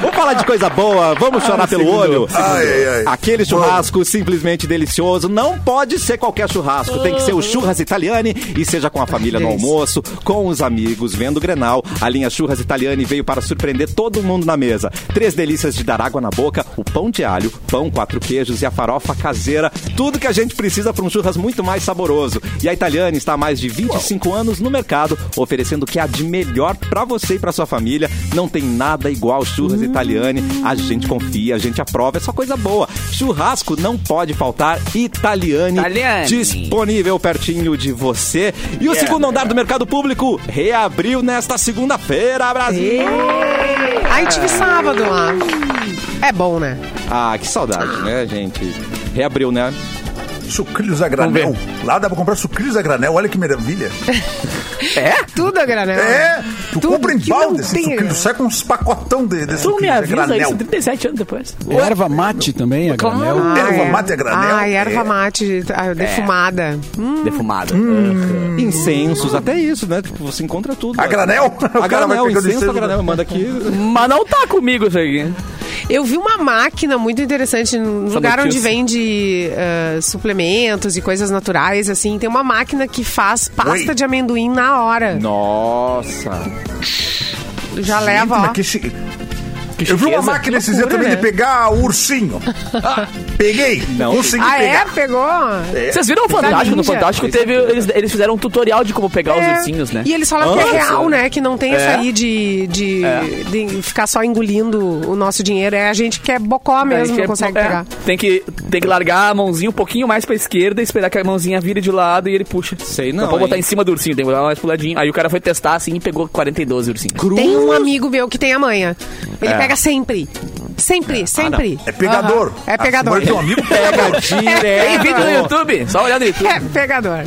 Speaker 1: Vamos falar de coisa boa, vamos chorar pelo do olho.
Speaker 6: Ai, ai, ai.
Speaker 1: Aquele churrasco simplesmente delicioso. Não pode ser qualquer churrasco. Tem que ser o Churras Italiani e seja com a família no almoço, com os amigos, vendo o Grenal. A linha Churras Italiani veio para surpreender todo mundo na mesa. Três delícias de dar água na boca, o pão de alho, pão, quatro queijos e a farofa caseira. Tudo que a gente precisa para um churras muito mais saboroso. E a Italiane está há mais de 25 anos no mercado, oferecendo o que há de melhor para você e para sua família. Não tem nada igual churras Italiane. A gente confia, a gente aprova, é só coisa boa. Churrasco não pode faltar. Italiane,
Speaker 3: Italiane.
Speaker 1: disponível pertinho de você. E o segundo andar do mercado público reabriu nesta segunda-feira, Brasil.
Speaker 2: Aí tive sábado lá. É bom, né?
Speaker 1: Ah, que saudade, né, gente? Reabriu, né?
Speaker 6: Sucrilhos a granel. Lá dá pra comprar sucrilhos a granel, olha que maravilha.
Speaker 2: Tudo a granel.
Speaker 6: É, tu
Speaker 2: Tudo
Speaker 6: compra em
Speaker 2: que não
Speaker 6: balde esse
Speaker 2: tem,
Speaker 6: sucrilho,
Speaker 2: né?
Speaker 6: sai com uns pacotão de, desse
Speaker 3: Tu me
Speaker 6: sucrilhos a
Speaker 3: avisa isso
Speaker 6: granel.
Speaker 3: 37 anos depois.
Speaker 4: Erva mate também, a granel.
Speaker 2: Ah,
Speaker 6: Erva
Speaker 2: é.
Speaker 6: mate a granel?
Speaker 2: Ah, erva
Speaker 6: É.
Speaker 2: mate ah, defumada.
Speaker 3: Defumado.
Speaker 1: Incensos, até isso, né? Tipo, você encontra tudo.
Speaker 6: A granel?
Speaker 1: A
Speaker 6: O cara vai
Speaker 1: granel,
Speaker 6: pegando
Speaker 1: é incenso
Speaker 6: incenso,
Speaker 1: a granel, manda aqui.
Speaker 3: Mas não tá comigo isso aqui.
Speaker 2: Eu vi uma máquina muito interessante num lugar onde
Speaker 3: notícia.
Speaker 2: vende ah, suplementos e coisas naturais, assim. Tem uma máquina que faz pasta
Speaker 6: Oi.
Speaker 2: de amendoim na hora.
Speaker 1: Nossa.
Speaker 2: Já
Speaker 6: Gente,
Speaker 2: leva,
Speaker 6: mas
Speaker 2: ó.
Speaker 6: que chi- Ah, Eu vi uma máquina esses dias
Speaker 2: Loucura,
Speaker 6: também de
Speaker 2: né?
Speaker 6: pegar o ursinho. Ah, peguei,
Speaker 1: Não.
Speaker 6: não consegui
Speaker 2: Ah, é?
Speaker 6: pegar.
Speaker 2: Pegou?
Speaker 3: Vocês viram o Fantástico? No
Speaker 2: ninja.
Speaker 3: Fantástico teve, eles, eles fizeram um tutorial de como pegar
Speaker 2: É.
Speaker 3: os ursinhos, né?
Speaker 2: E eles falam que é
Speaker 3: Nossa.
Speaker 2: real, né? Que não tem
Speaker 3: É.
Speaker 2: essa aí de, de, de ficar só engolindo o nosso dinheiro. É a gente que é bocó
Speaker 3: Aí
Speaker 2: mesmo,
Speaker 3: que
Speaker 2: não
Speaker 3: é-
Speaker 2: consegue
Speaker 3: é,
Speaker 2: pegar.
Speaker 3: Tem que, tem que largar a mãozinha um pouquinho mais pra esquerda e esperar que a mãozinha vire de lado e ele puxa.
Speaker 1: Sei não,
Speaker 3: Não pode botar
Speaker 1: hein?
Speaker 3: em cima do ursinho, tem que botar mais pro ladinho. Aí o cara foi testar assim e pegou 42 ursinhos.
Speaker 2: Tem um amigo meu que tem a manha. Ele pega sempre. Sempre, sempre.
Speaker 6: É pegador.
Speaker 2: Aham. É pegador.
Speaker 6: Mas teu amigo
Speaker 1: Pega direto.
Speaker 3: Tem vídeo no YouTube, só olhar no YouTube.
Speaker 2: É pegador.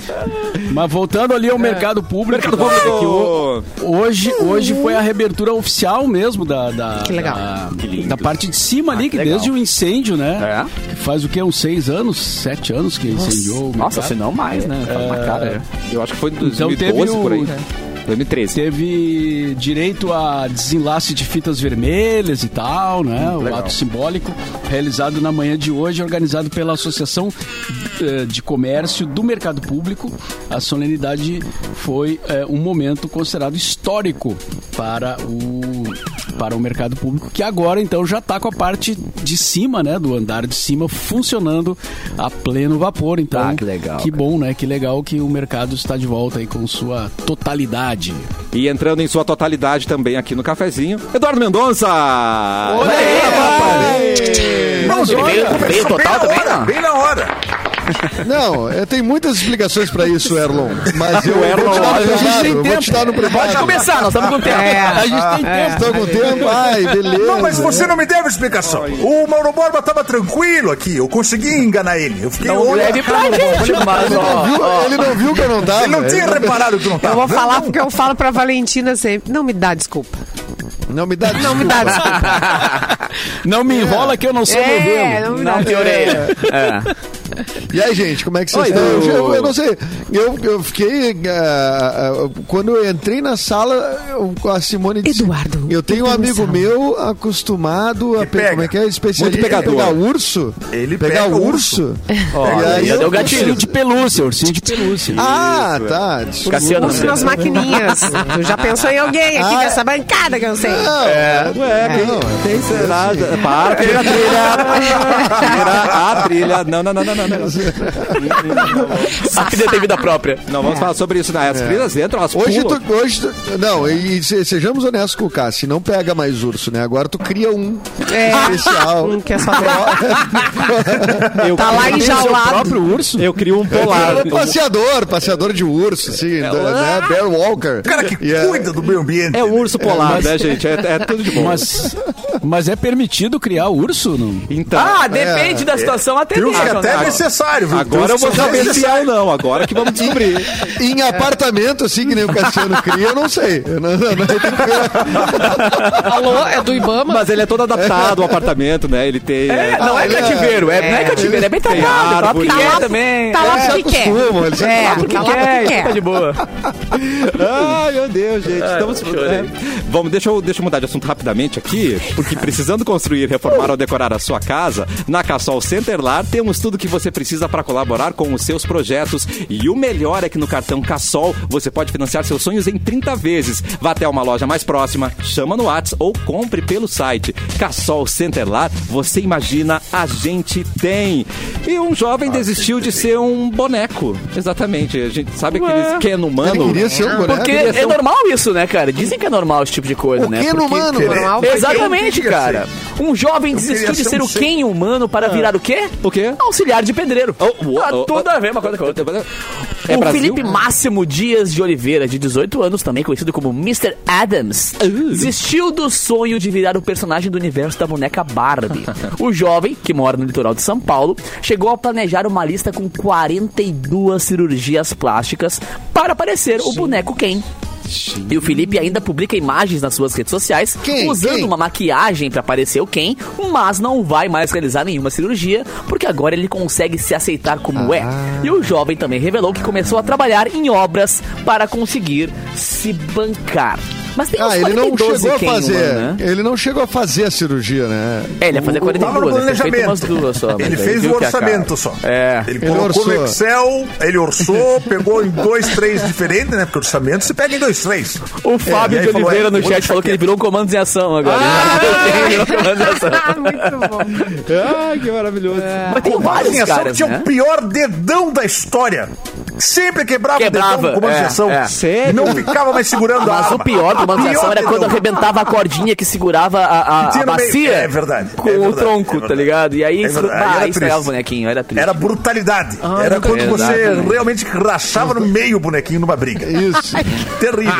Speaker 4: Mas voltando ali ao mercado público. cara, que o- Hoje, hoje foi a reabertura oficial mesmo da, da,
Speaker 2: Que legal.
Speaker 4: da, da parte de cima ali, que desde o incêndio, né? Que Faz o que? Uns seis anos, sete anos que incendiou. o
Speaker 3: Nossa,
Speaker 4: mercado.
Speaker 3: se não mais, né?
Speaker 6: É.
Speaker 3: Faz uma cara.
Speaker 1: Eu acho que foi em
Speaker 4: Então
Speaker 1: 2012
Speaker 4: teve o- é.
Speaker 1: por aí. 2013.
Speaker 4: Teve direito a desenlace de fitas vermelhas e tal, né?
Speaker 3: Hum,
Speaker 4: o ato simbólico realizado na manhã de hoje, organizado pela Associação eh, de Comércio do Mercado Público. A solenidade foi eh, um momento considerado histórico para o, para o mercado público, que agora então já está com a parte de cima, né? Do andar de cima funcionando a pleno vapor. Então,
Speaker 3: Ah, que legal,
Speaker 4: que
Speaker 3: cara.
Speaker 4: bom, né? Que legal que o mercado está de volta aí com sua totalidade.
Speaker 1: E entrando em sua totalidade também aqui no cafezinho, Eduardo Mendonça!
Speaker 6: Vamos,
Speaker 3: Ele
Speaker 6: olha,
Speaker 3: veio-
Speaker 6: começou
Speaker 3: veio total
Speaker 6: bem na
Speaker 3: também,
Speaker 6: hora,
Speaker 3: não?
Speaker 6: Bem na hora.
Speaker 7: Não, eu tenho muitas explicações pra isso, Erlon. Mas eu,
Speaker 1: Erlon,
Speaker 7: vou te
Speaker 1: olha,
Speaker 7: dar
Speaker 1: a
Speaker 7: no
Speaker 1: gente
Speaker 7: privado.
Speaker 4: tem
Speaker 7: Eu vou
Speaker 4: tempo.
Speaker 7: te dar no privado.
Speaker 3: Pode começar, nós estamos com tempo. Então,
Speaker 2: É.
Speaker 4: A gente tem tempo.
Speaker 7: Estão com tempo? Ai, beleza.
Speaker 6: Não, mas você não me deve explicação. O Mauro Borba tava tranquilo aqui, eu consegui enganar ele. Eu fiquei
Speaker 3: Não
Speaker 6: olhando
Speaker 3: leve
Speaker 6: a Então, cara um
Speaker 3: pra
Speaker 6: do Borba.
Speaker 3: gente, mas
Speaker 7: Ele não
Speaker 3: ó.
Speaker 7: viu- Ele não viu que eu não tava.
Speaker 6: Ele não tinha
Speaker 7: Ele
Speaker 6: reparado que tu não tava.
Speaker 2: Eu vou
Speaker 6: Não,
Speaker 2: falar
Speaker 6: não.
Speaker 2: porque eu falo pra Valentina sempre. Não me dá desculpa.
Speaker 7: não- Não me dá
Speaker 2: Não me
Speaker 7: desculpa.
Speaker 2: dá desculpa.
Speaker 4: é. Não me enrola que eu não sou
Speaker 2: É,
Speaker 4: novembro.
Speaker 2: não me dá
Speaker 3: Não tem orelha.
Speaker 7: E aí, gente, como é que vocês estão? Eu, eu- eu não sei. Eu, eu fiquei. ah, ah, quando eu entrei na sala, eu- a Simone disse.
Speaker 2: Eduardo,
Speaker 7: Eu tenho um
Speaker 2: entra na
Speaker 7: amigo
Speaker 2: sala.
Speaker 7: meu acostumado a
Speaker 6: Que
Speaker 7: pegar.
Speaker 6: pega.
Speaker 7: Como é que é? Especialista.
Speaker 1: Muito pegador.
Speaker 7: Pegar urso.
Speaker 6: Ele
Speaker 7: pegar
Speaker 6: pega
Speaker 7: urso.
Speaker 3: Ó,
Speaker 7: E aí
Speaker 3: já
Speaker 7: eu
Speaker 3: deu
Speaker 4: Ursinho
Speaker 3: gatilho.
Speaker 4: É de pelúcia, ursinho de pelúcia.
Speaker 7: Ah, tá. Desculpa.
Speaker 3: Cassiano,
Speaker 2: Curso nas maquininhas. Tu já pensou em alguém aqui nessa bancada que eu sei.
Speaker 1: Ué, quem- quem será? Para, tira a trilha! Tira a trilha! Não, não, não, não, não. não.
Speaker 3: A filha tem vida própria.
Speaker 1: Não vamos falar sobre isso, né? As crianças entram, elas
Speaker 7: Hoje
Speaker 1: pulam.
Speaker 7: tu, hoje tu- Não, e, e se- sejamos honestos com o Cassi, não pega mais urso, né? Agora tu cria um
Speaker 2: É.
Speaker 7: especial.
Speaker 2: Um que é só dela.
Speaker 1: Eu,
Speaker 2: Tá lá
Speaker 4: Tem o seu
Speaker 2: enjaulado.
Speaker 4: próprio urso?
Speaker 1: eu crio um
Speaker 6: Ah,
Speaker 1: polar.
Speaker 7: É um passeador, passeador de urso, assim, do- né? Bear Walker.
Speaker 6: É, O cara que
Speaker 7: Yeah.
Speaker 6: cuida do meio ambiente.
Speaker 1: É um urso polar,
Speaker 4: Mas-
Speaker 1: né, gente? É, é tudo de bom.
Speaker 4: Mas, mas é permitido criar urso? Não?
Speaker 1: Então,
Speaker 3: Ah, depende da situação até
Speaker 6: É. Tem uns que
Speaker 3: mesmo,
Speaker 6: até
Speaker 3: né?
Speaker 6: é necessário otário, viu?
Speaker 1: Agora eu vou saber se é ou não. Agora que vamos descobrir.
Speaker 7: Em apartamento, assim, que nem o Cassiano cria, eu não sei. Eu não, não, não, eu tenho que ver.
Speaker 8: Alô, é do Ibama?
Speaker 1: Mas ele é todo adaptado ao apartamento, né? Ele tem... é,
Speaker 3: Não é
Speaker 7: ele é-
Speaker 3: cativeiro, é, não é
Speaker 7: é,
Speaker 3: cativeiro, é bem
Speaker 1: tem
Speaker 3: tratado. Tá lá
Speaker 1: árvore.
Speaker 3: porque
Speaker 1: Tá
Speaker 3: quer
Speaker 1: lá-
Speaker 3: também.
Speaker 2: Tá lá
Speaker 7: É,
Speaker 2: porque quer.
Speaker 3: né?
Speaker 7: acostumam, eles
Speaker 2: É,
Speaker 7: acostumam.
Speaker 2: tá lá porque
Speaker 3: Tá de
Speaker 2: quer.
Speaker 3: boa.
Speaker 1: Ai, meu Deus, gente. Estamos.
Speaker 3: chorei.
Speaker 1: é. Vamos, deixa eu, deixa eu mudar de assunto rapidamente aqui, porque precisando construir, reformar ou decorar a sua casa, na Cassol Centerlar temos tudo um que você precisa para colaborar com os seus projetos. E o melhor é que no cartão Cassol você pode financiar seus sonhos em 30 vezes. Vá até uma loja mais próxima, chama no Whats ou compre pelo site. Cassol Centerlar, você imagina, a gente tem. E um jovem desistiu de ser um boneco. Exatamente. A gente sabe aqueles Ken
Speaker 7: Ele
Speaker 1: humano.
Speaker 7: queria ser um boneco.
Speaker 3: Porque
Speaker 1: devia ser
Speaker 3: é
Speaker 1: um-
Speaker 3: normal isso, né, cara? Dizem que é normal esse tipo de coisa,
Speaker 7: O
Speaker 3: né?
Speaker 7: Ken
Speaker 3: Porque-
Speaker 7: humano,
Speaker 2: Normal, porque-
Speaker 3: Exatamente,
Speaker 6: queria
Speaker 3: cara. Um jovem
Speaker 6: queria
Speaker 3: desistiu de
Speaker 6: ser
Speaker 3: ser
Speaker 6: um
Speaker 3: o
Speaker 6: ser.
Speaker 3: quem humano para virar o quê?
Speaker 1: O quê?
Speaker 3: Auxiliar de pedreiro.
Speaker 1: Oh, oh,
Speaker 3: Ah,
Speaker 1: oh,
Speaker 3: Tudo
Speaker 1: oh.
Speaker 3: a ver uma coisa com a outra.
Speaker 1: É
Speaker 3: o
Speaker 1: Brasil?
Speaker 3: Um Felipe Máximo Dias de Oliveira, de 18 anos, também conhecido como Mr. Adams, desistiu do sonho de virar o personagem do universo da boneca Barbie. o jovem, que mora no litoral de São Paulo, chegou a planejar uma lista com 42 cirurgias plásticas para aparecer o boneco Ken. E o Felipe ainda publica imagens nas suas redes sociais
Speaker 7: Quem?
Speaker 3: usando
Speaker 7: Quem?
Speaker 3: uma maquiagem para parecer o Ken, mas não vai mais realizar nenhuma cirurgia, porque agora ele consegue se aceitar como
Speaker 6: Ah.
Speaker 3: é. E o jovem também revelou que começou a trabalhar em obras para conseguir se bancar. Mas tem uns
Speaker 7: Ah, ele não
Speaker 3: 42
Speaker 7: chegou a
Speaker 3: Ken,
Speaker 7: fazer.
Speaker 3: mano, né?
Speaker 7: Ele não chegou a fazer a cirurgia, né?
Speaker 3: É, ele ia fazer
Speaker 6: O- tava no
Speaker 3: 42, né? Tem feito umas
Speaker 6: planejamento.
Speaker 3: duas só. mas
Speaker 6: Ele
Speaker 3: aí
Speaker 6: fez
Speaker 3: viu
Speaker 6: o
Speaker 3: que a cara-
Speaker 6: orçamento só.
Speaker 3: É.
Speaker 6: Ele,
Speaker 7: Ele
Speaker 6: colocou
Speaker 7: orçou.
Speaker 6: no Excel, ele orçou, pegou em dois, três diferentes, né? Porque orçamento se pega em dois, três.
Speaker 3: O
Speaker 6: e
Speaker 3: Fábio
Speaker 6: aí
Speaker 3: de
Speaker 6: É, falou,
Speaker 3: Oliveira no
Speaker 6: é, vou
Speaker 3: chat
Speaker 6: deixar Ah, é.
Speaker 3: falou que ele virou um comando em ação agora. Ele virou um comando em ação.
Speaker 2: Ah, Muito bom.
Speaker 1: Ai, que maravilhoso.
Speaker 3: Mas tem
Speaker 6: Vários
Speaker 3: vários
Speaker 6: em ação assim, é
Speaker 3: caras,
Speaker 6: que tinha um
Speaker 3: né?
Speaker 6: o pior dedão da história. Sempre quebrava, o
Speaker 3: Quebrava,
Speaker 6: dedão com
Speaker 3: é,
Speaker 6: ação.
Speaker 3: é.
Speaker 1: Sério?
Speaker 6: Não ficava mais segurando a
Speaker 3: Mas
Speaker 6: arma.
Speaker 3: o pior do Mano de Ação era quando
Speaker 6: dedão.
Speaker 3: arrebentava a cordinha que segurava a, a,
Speaker 6: Tinha
Speaker 3: a
Speaker 6: no meio.
Speaker 3: bacia
Speaker 6: É verdade, é
Speaker 3: com o
Speaker 6: verdade, é
Speaker 3: tronco,
Speaker 6: verdade.
Speaker 3: tá ligado? E aí,
Speaker 6: É
Speaker 3: isso-
Speaker 6: verdade,
Speaker 3: ah,
Speaker 6: era
Speaker 3: aí estragava o
Speaker 6: triste.
Speaker 3: bonequinho, era triste.
Speaker 6: Era brutalidade. era quando
Speaker 3: lembro.
Speaker 6: você
Speaker 3: Exatamente.
Speaker 6: realmente rachava no meio o bonequinho numa briga.
Speaker 7: Isso.
Speaker 6: Terrível.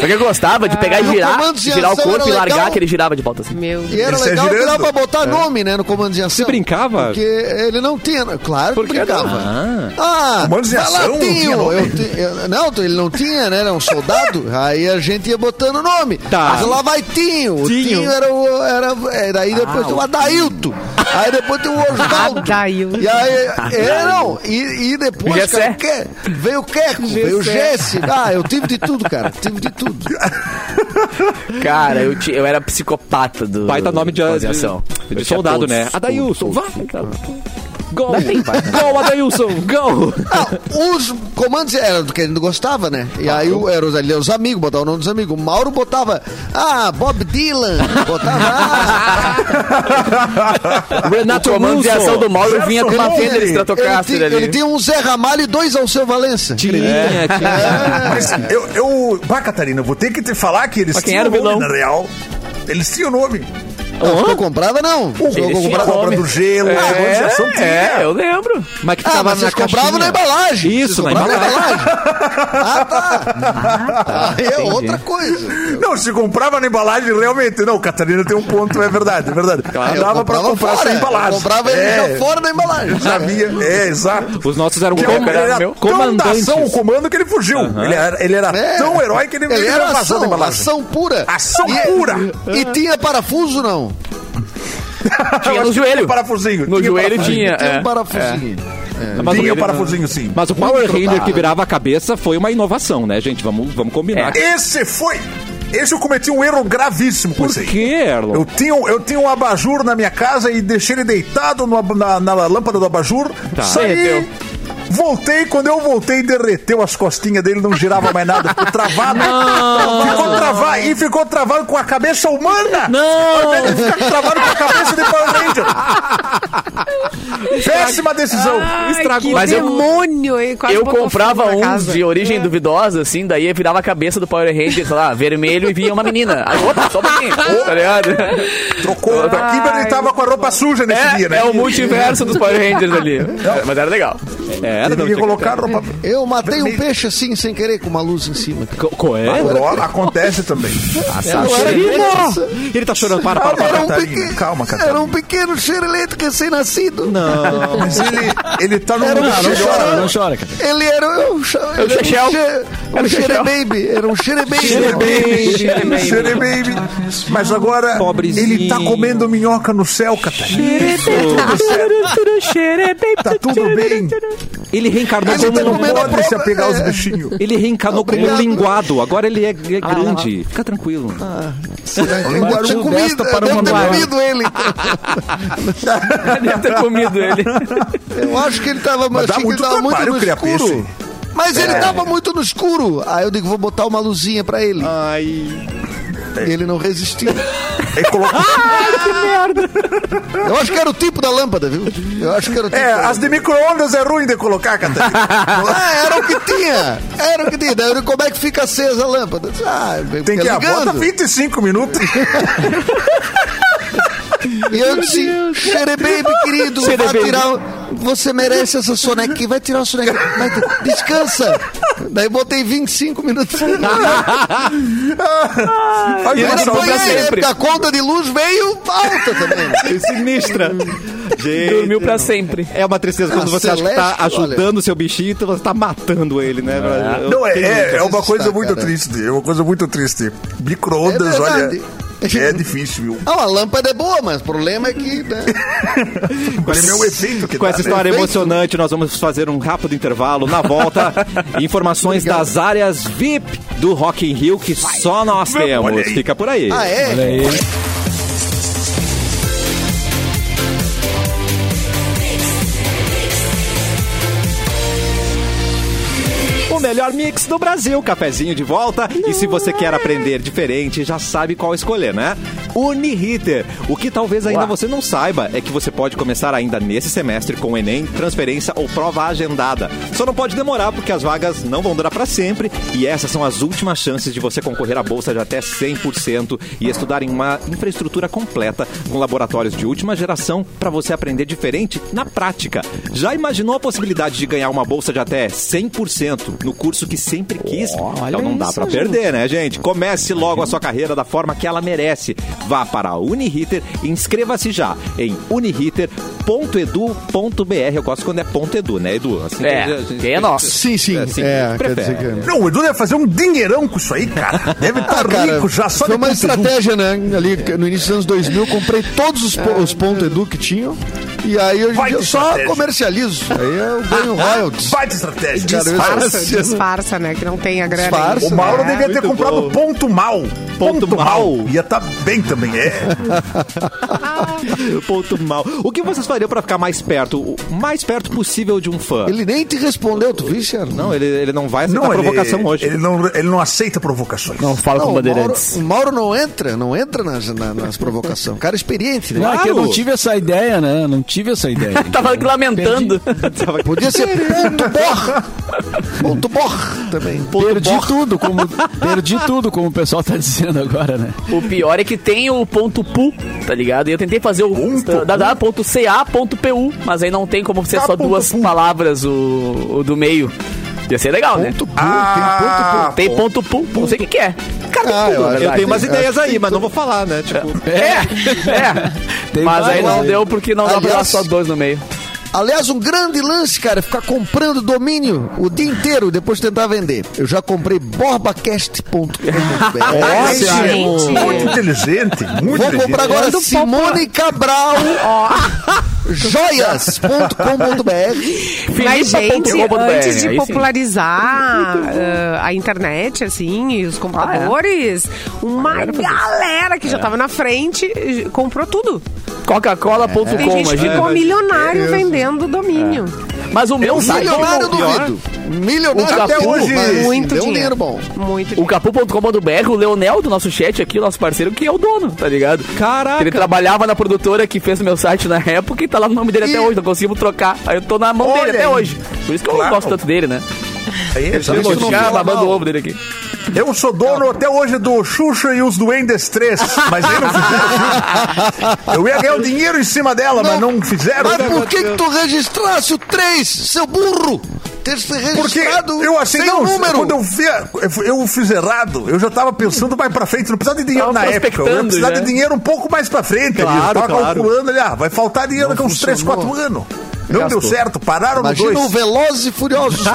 Speaker 3: Só que eu gostava de pegar
Speaker 7: Ah,
Speaker 3: e
Speaker 7: e o
Speaker 3: girar,
Speaker 7: comando de
Speaker 3: girar o
Speaker 7: ação
Speaker 3: corpo e
Speaker 7: era
Speaker 3: largar
Speaker 7: legal.
Speaker 3: que ele girava de volta assim.
Speaker 2: Meu
Speaker 7: E era
Speaker 6: Ele sai
Speaker 7: legal que
Speaker 6: é girando.
Speaker 7: dava pra botar nome, né, no comando de ação. Você
Speaker 1: brincava?
Speaker 7: Porque ele não tinha. Claro que
Speaker 1: Porque era-
Speaker 7: brincava. Ah,
Speaker 6: Comando de
Speaker 7: vai lá,
Speaker 6: ação não
Speaker 7: Tinho,
Speaker 6: tinha nome?
Speaker 7: eu ti- eu- não, ele não tinha, né? Era um soldado. aí a gente ia botando nome.
Speaker 1: Tá.
Speaker 7: Mas lá vai Tinho.
Speaker 1: Tinho.
Speaker 7: O
Speaker 1: Ah,
Speaker 7: Tinho, era o. Era, é, daí depois tem o Adailto. aí depois tem o Osvaldo.
Speaker 2: Adailto.
Speaker 7: E aí. É, não. E, e depois.
Speaker 3: Gessé.
Speaker 7: Cara, o Ke- veio o Keco, veio o Jesse. Ah, eu tive de tudo, cara. Tive de tudo.
Speaker 3: Cara, eu, ti- eu era psicopata do.
Speaker 1: Pai tá nome de,
Speaker 3: Comando
Speaker 1: de,
Speaker 3: ação.
Speaker 1: de
Speaker 3: Eu tinha
Speaker 1: soldado,
Speaker 3: todos,
Speaker 1: né? Adailson,
Speaker 3: todos,
Speaker 1: vá!
Speaker 3: todos.
Speaker 1: Gol!
Speaker 3: né?
Speaker 1: Gol, Adailson, gol!
Speaker 7: Não, Ah, os comandos era do que ele não gostava, né? E aí o, era os, ali, os amigos, botava o nome dos amigos. O Mauro botava, ah, Bob Dylan. Botava, ah,
Speaker 1: Renato
Speaker 3: O comando de ação do Mauro vinha com uma fenda
Speaker 6: Jefferson
Speaker 3: de
Speaker 6: Holmes.
Speaker 7: ele,
Speaker 3: Stratocaster
Speaker 7: tinha, ele
Speaker 3: ali.
Speaker 7: tinha um Zé Ramalho e dois ao seu Valença.
Speaker 1: Tinha, tinha.
Speaker 6: Mas eu, eu. Bah, Catarina, eu vou ter que te falar que eles
Speaker 3: Mas quem
Speaker 6: tinham
Speaker 3: era o
Speaker 6: nome,
Speaker 3: vilão?
Speaker 6: na real. Eles tinham nome. um?
Speaker 7: Não ficou comprada, não. Ficou
Speaker 3: Eles tinham
Speaker 6: A
Speaker 7: comprada.
Speaker 6: obra do gelo, a organização
Speaker 3: É,
Speaker 6: tinha.
Speaker 3: é, eu lembro.
Speaker 1: Mas que
Speaker 7: Ah,
Speaker 1: tava
Speaker 7: mas
Speaker 1: na
Speaker 7: vocês compravam na
Speaker 1: caixinha.
Speaker 7: embalagem.
Speaker 1: Isso, na
Speaker 7: Vocês compravam
Speaker 1: embalagem.
Speaker 7: Ah, tá.
Speaker 6: Ah,
Speaker 7: Aí é outra coisa.
Speaker 6: Não, se comprava na embalagem, realmente. Não, Catarina tem um ponto, é verdade, é verdade.
Speaker 7: Eu
Speaker 6: Dava pra
Speaker 7: comprava
Speaker 6: comprar
Speaker 7: fora.
Speaker 6: sem
Speaker 7: Eu
Speaker 6: embalagem.
Speaker 7: comprava ele
Speaker 6: é,
Speaker 7: já fora da embalagem.
Speaker 6: Sabia, é, exato.
Speaker 1: Os nossos eram
Speaker 6: Que
Speaker 1: com-
Speaker 6: ele era
Speaker 1: meu-
Speaker 6: tão da
Speaker 1: comandantes.
Speaker 6: ação, o comando que ele fugiu. Ele era, ele era
Speaker 7: É.
Speaker 6: tão herói que ele,
Speaker 7: Ele era
Speaker 6: vazando a
Speaker 7: ação,
Speaker 6: embalagem.
Speaker 7: ação pura.
Speaker 6: Ação
Speaker 7: E-
Speaker 6: pura.
Speaker 7: E tinha parafuso, não?
Speaker 3: Tinha no
Speaker 6: Tinha
Speaker 3: joelho.
Speaker 6: parafusinho.
Speaker 3: No
Speaker 6: tinha
Speaker 3: joelho
Speaker 6: parafusinho.
Speaker 3: tinha.
Speaker 7: Tinha
Speaker 3: é.
Speaker 7: um parafusinho.
Speaker 6: é.
Speaker 1: Mas
Speaker 6: Tinha
Speaker 1: o,
Speaker 6: parafusinho, sim.
Speaker 1: mas o Power Ranger
Speaker 7: trocado.
Speaker 1: que virava a cabeça foi uma inovação, né, gente? Vamos, vamos
Speaker 3: É,
Speaker 1: combinar.
Speaker 6: Esse foi. Esse eu cometi um erro gravíssimo com
Speaker 1: Por
Speaker 6: isso aí.
Speaker 1: que, Erlon?
Speaker 6: Eu tinha, um- eu tinha um abajur na minha casa e deixei ele deitado no ab- na, na lâmpada do abajur.
Speaker 1: Tá.
Speaker 6: Saí,
Speaker 3: Derreteu.
Speaker 6: voltei. Quando eu voltei, derreteu as costinhas dele, não girava mais nada. Ficou travado. Ficou travado. E ficou travado com a cabeça humana.
Speaker 1: Não!
Speaker 6: Ao invés de ficar travado com a cabeça de Power Ranger. Péssima decisão.
Speaker 1: Ah.
Speaker 2: Ai, que
Speaker 3: Mas eu-
Speaker 2: demônio, hein? Quase
Speaker 3: Eu
Speaker 2: botou
Speaker 3: comprava
Speaker 2: fogo na
Speaker 3: uns
Speaker 2: casa. É.
Speaker 3: de origem duvidosa, assim, daí eu virava a cabeça do Power Ranger, sei lá, vermelho e vinha uma menina. Aí, opa, só um pouquinho, tá ligado?
Speaker 6: Trocou. O Kimberly tava com a roupa suja nesse dia,
Speaker 3: É,
Speaker 6: né?
Speaker 3: é o multiverso dos Power Rangers ali. É, Mas era legal.
Speaker 1: Era, É, não
Speaker 6: Teve que
Speaker 1: tinha
Speaker 6: colocar a roupa.
Speaker 7: Eu matei um
Speaker 6: Vermelho.
Speaker 7: peixe assim, sem querer, com uma luz em cima.
Speaker 1: Co- co- é?
Speaker 6: Agora acontece também. um
Speaker 1: Ele tá chorando, para, para, para.
Speaker 7: Era um,
Speaker 6: Catarina,
Speaker 7: pequeno,
Speaker 6: calma, Catarina.
Speaker 7: era um pequeno xereleto recém-nascido sentido.
Speaker 1: Não.
Speaker 6: Mas ele, ele tá no
Speaker 7: Era um
Speaker 6: mundo
Speaker 7: cara,
Speaker 6: que
Speaker 7: não
Speaker 6: chora.
Speaker 7: era-
Speaker 4: Não chora, cara.
Speaker 7: Ele era um,
Speaker 6: É
Speaker 7: che-
Speaker 3: o
Speaker 7: era um,
Speaker 3: Chechel.
Speaker 7: che-
Speaker 3: Era
Speaker 7: um
Speaker 3: o Chechel.
Speaker 7: xerebaby. Era um xerebaby.
Speaker 3: É
Speaker 6: Sere Baby. Mas agora
Speaker 1: Pobrezinho.
Speaker 6: ele tá comendo minhoca no céu, Catarina. Tá tudo bem.
Speaker 1: é Ele reencarnou
Speaker 7: Ele
Speaker 1: como
Speaker 7: tá
Speaker 3: então
Speaker 1: um
Speaker 7: comendo a
Speaker 6: Pode se
Speaker 7: própria-
Speaker 6: apegar aos
Speaker 7: é.
Speaker 6: bichinhos.
Speaker 1: Ele reencarnou como um
Speaker 7: Obrigado.
Speaker 1: linguado. Agora ele é, é
Speaker 3: Ah,
Speaker 1: grande. Fica tranquilo.
Speaker 6: Um
Speaker 7: Ele deve ter
Speaker 4: Partiu desta
Speaker 7: comido,
Speaker 4: para
Speaker 7: deve
Speaker 4: uma
Speaker 7: ter
Speaker 4: maior.
Speaker 7: comido ele.
Speaker 3: Deve ter comido ele.
Speaker 7: Eu acho que ele tava,
Speaker 6: Mas dá
Speaker 7: achei que
Speaker 6: muito
Speaker 7: ele tava
Speaker 6: trabalho
Speaker 7: muito no
Speaker 6: criar
Speaker 7: escuro.
Speaker 6: peixe. É.
Speaker 7: Mas ele tava muito no escuro. Aí eu digo, vou botar uma luzinha pra ele. E ele não resistiu.
Speaker 6: Ele colocou...
Speaker 7: Eu acho que era o tipo da lâmpada, viu? Eu acho que era o tipo
Speaker 6: É,
Speaker 7: da
Speaker 6: as de micro-ondas é ruim de colocar, Catarina.
Speaker 7: Ah, era o que tinha. Era o que tinha. Daí eu digo, como é que fica acesa a lâmpada? Ah,
Speaker 6: Tem que...
Speaker 7: fica
Speaker 6: Ah, bota
Speaker 7: ligando.
Speaker 6: 25 minutos.
Speaker 7: E eu disse, Xerebaby, querido, vai tirar. o- Você merece essa sonequinha. Vai tirar o sonequinha. Vai, descansa. Daí botei 25 minutos.
Speaker 6: Olha,
Speaker 7: Era
Speaker 6: nossa,
Speaker 7: banheiro,
Speaker 1: sempre.
Speaker 7: porque A conta de luz veio alta também.
Speaker 1: É Sinistra. Gente.
Speaker 3: Dormiu pra sempre.
Speaker 1: É uma tristeza quando
Speaker 7: Ah,
Speaker 1: você acha que tá
Speaker 7: Celeste, olha.
Speaker 1: ajudando o seu bichinho e você tá matando ele, né? Eu
Speaker 6: Não, é,
Speaker 1: tenho-
Speaker 6: é, é uma
Speaker 7: Resistar,
Speaker 6: coisa muito
Speaker 7: cara.
Speaker 6: triste. É uma coisa muito triste. Micro-ondas,
Speaker 7: É
Speaker 6: olha.
Speaker 7: verdade.
Speaker 6: É difícil, viu?
Speaker 7: Ah, a lâmpada é boa, mas o problema é que. Né?
Speaker 6: Olha meu efeito que
Speaker 1: Com
Speaker 6: dá,
Speaker 1: essa
Speaker 6: né?
Speaker 1: história emocionante, nós vamos fazer um rápido intervalo. Na volta, informações das áreas VIP do Rock in Rio que só nós
Speaker 6: Olha
Speaker 1: temos.
Speaker 6: aí.
Speaker 1: Fica por aí.
Speaker 7: Ah, é?
Speaker 4: Olha aí.
Speaker 1: O melhor mix do Brasil, cafezinho de volta. E se você quer aprender diferente, já sabe qual escolher, né? Unihitter. O que talvez ainda você não saiba é que você pode começar ainda nesse semestre com Enem, transferência ou prova agendada. Só não pode demorar porque as vagas não vão durar para sempre e essas são as últimas chances de você concorrer à bolsa de até 100% e estudar em uma infraestrutura completa com laboratórios de última geração para você aprender diferente na prática. Já imaginou a possibilidade de ganhar uma bolsa de até 100% no curso que sempre quis? então não dá para perder, né, gente? Comece logo a sua carreira da forma que ela merece. Vá para a Uniriter e inscreva-se já em uniriter.edu.br. Eu gosto quando é ponto .edu, né, Edu? Assim
Speaker 3: É,
Speaker 1: que a gente-
Speaker 3: que é nosso.
Speaker 7: Sim, sim.
Speaker 1: É, sim,
Speaker 7: É, quer
Speaker 1: prefere.
Speaker 7: dizer que.
Speaker 6: Não, o Edu deve fazer um dinheirão com isso aí, cara. Deve estar
Speaker 1: Tá
Speaker 7: Ah, cara,
Speaker 6: rico já, só
Speaker 7: foi
Speaker 6: de
Speaker 7: uma
Speaker 6: conteúdo.
Speaker 7: estratégia, né? Ali no início dos anos 2000, eu comprei todos os,
Speaker 1: É.
Speaker 7: po- os pontos Edu que tinham. E aí hoje em
Speaker 6: Vai
Speaker 7: dia eu
Speaker 6: de
Speaker 7: só
Speaker 6: estratégia.
Speaker 7: comercializo. Aí eu ganho
Speaker 1: Ah,
Speaker 7: royalties.
Speaker 6: Vai de estratégia.
Speaker 7: Cara, eu-
Speaker 2: Disfarça, disfarça, né? Que não tem a grana. aí.
Speaker 7: Disfarça.
Speaker 6: O Mauro
Speaker 2: É.
Speaker 6: devia ter
Speaker 1: muito
Speaker 6: comprado
Speaker 1: bom.
Speaker 6: ponto mal.
Speaker 1: Ponto mal.
Speaker 6: Ia estar bem também, é.
Speaker 1: Ponto mal. O que vocês fariam pra ficar mais perto, o mais perto possível de um fã?
Speaker 7: Ele nem te respondeu, tu viu, Sérgio?
Speaker 1: Não, ele, ele não vai aceitar
Speaker 6: Não, ele,
Speaker 1: provocação hoje.
Speaker 6: Ele não, ele não aceita provocações.
Speaker 3: Não fala
Speaker 7: Não,
Speaker 3: com
Speaker 7: o, Mauro,
Speaker 3: bandeirantes.
Speaker 7: o Mauro não entra, não entra nas, na- nas provocações. O cara é experiente, né?
Speaker 4: Não, é que eu
Speaker 1: Claro.
Speaker 4: não tive essa ideia, né? Não tive essa ideia.
Speaker 3: Tava Tá lamentando.
Speaker 7: Podia ser ponto borra. Ponto borra também.
Speaker 4: perdi tudo, como perdi tudo, como o pessoal tá dizendo agora, né?
Speaker 3: O pior é que tem o ponto .pu, tá ligado? E eu tentei fazer o www.ca.pu, mas aí não tem como ser só duas palavras o, o do meio. Ia ser legal, né?
Speaker 7: Ponto bu,
Speaker 6: Ah,
Speaker 3: Tem ponto .pu, não sei o que que é.
Speaker 7: tem ponto bu. Ah, eu acho-
Speaker 1: Eu tenho umas
Speaker 7: eu
Speaker 1: ideias
Speaker 7: acho que
Speaker 1: aí,
Speaker 7: tem
Speaker 1: mas não
Speaker 7: tudo.
Speaker 1: vou falar, né? Tipo,
Speaker 3: É, é.
Speaker 4: Tem
Speaker 3: mas aí
Speaker 4: várias
Speaker 3: não
Speaker 4: aí.
Speaker 3: deu porque não dá pra dar
Speaker 7: Aliás-
Speaker 3: só dois no meio.
Speaker 7: Aliás, um grande lance, cara, é ficar comprando domínio o dia inteiro e depois tentar vender. Eu já comprei borbacast.com.br.
Speaker 6: Olha,
Speaker 3: Assim,
Speaker 2: gente.
Speaker 6: muito inteligente, muito um
Speaker 7: Vou
Speaker 6: inteligente.
Speaker 7: comprar agora Simone Cabral. Joias.com.br
Speaker 2: Mas, gente,
Speaker 3: Filipa.com.br,
Speaker 2: antes de
Speaker 3: aí sim.
Speaker 2: popularizar ah, a internet, assim, e
Speaker 3: Ah, é?
Speaker 2: os computadores, uma galera que já tava na frente eh, comprou tudo. É. Tem
Speaker 3: Coca-Cola.com,
Speaker 2: gente que
Speaker 3: imagina.
Speaker 2: ficou milionário vendendo domínio.
Speaker 3: Mas o meu site.
Speaker 7: Milionário eu
Speaker 1: pior?
Speaker 7: duvido. Milionário
Speaker 3: Até
Speaker 7: eu
Speaker 6: hoje,
Speaker 7: duvido, mas
Speaker 2: muito
Speaker 7: deu um
Speaker 2: dinheiro.
Speaker 7: dinheiro bom.
Speaker 2: Muito
Speaker 3: O capu.com.br, o Leonel do nosso chat aqui, o nosso parceiro, que é o dono, tá ligado?
Speaker 1: Caraca.
Speaker 3: Ele trabalhava na produtora que fez o meu site na época e tá lá no nome dele
Speaker 7: Ih.
Speaker 3: até hoje, não consigo trocar. Aí eu tô na mão
Speaker 6: Olha
Speaker 3: dele até
Speaker 6: aí.
Speaker 3: hoje. Por isso que eu
Speaker 6: Claro.
Speaker 3: gosto tanto dele, né?
Speaker 6: É,
Speaker 3: Eu
Speaker 6: sabe?
Speaker 3: vou ficar babando o ovo dele aqui.
Speaker 6: Eu sou dono até hoje do Xuxa e os Duendes 3, mas aí não fizeram. Eu ia ganhar o dinheiro em cima dela, mas não fizeram. né?
Speaker 7: Mas por que, que tu registrasse o 3, seu burro? ter se
Speaker 6: Porque
Speaker 7: registrado
Speaker 6: eu achei
Speaker 7: sem
Speaker 6: não, um
Speaker 7: o número.
Speaker 6: quando eu vi, a- eu fiz errado, eu já tava pensando mais pra frente, não precisava de dinheiro
Speaker 3: Tava
Speaker 6: na época, eu ia
Speaker 3: prospectando
Speaker 6: precisar
Speaker 3: já.
Speaker 6: de dinheiro um pouco mais pra frente,
Speaker 1: Claro,
Speaker 6: ali. eu tava
Speaker 1: claro.
Speaker 6: calculando ali, ah, vai faltar dinheiro daqui a uns 3, 4 anos. Não
Speaker 3: Gastou.
Speaker 6: deu certo, pararam
Speaker 7: Imagina
Speaker 6: no
Speaker 7: o
Speaker 6: 2.
Speaker 7: Velozes e Furiosos.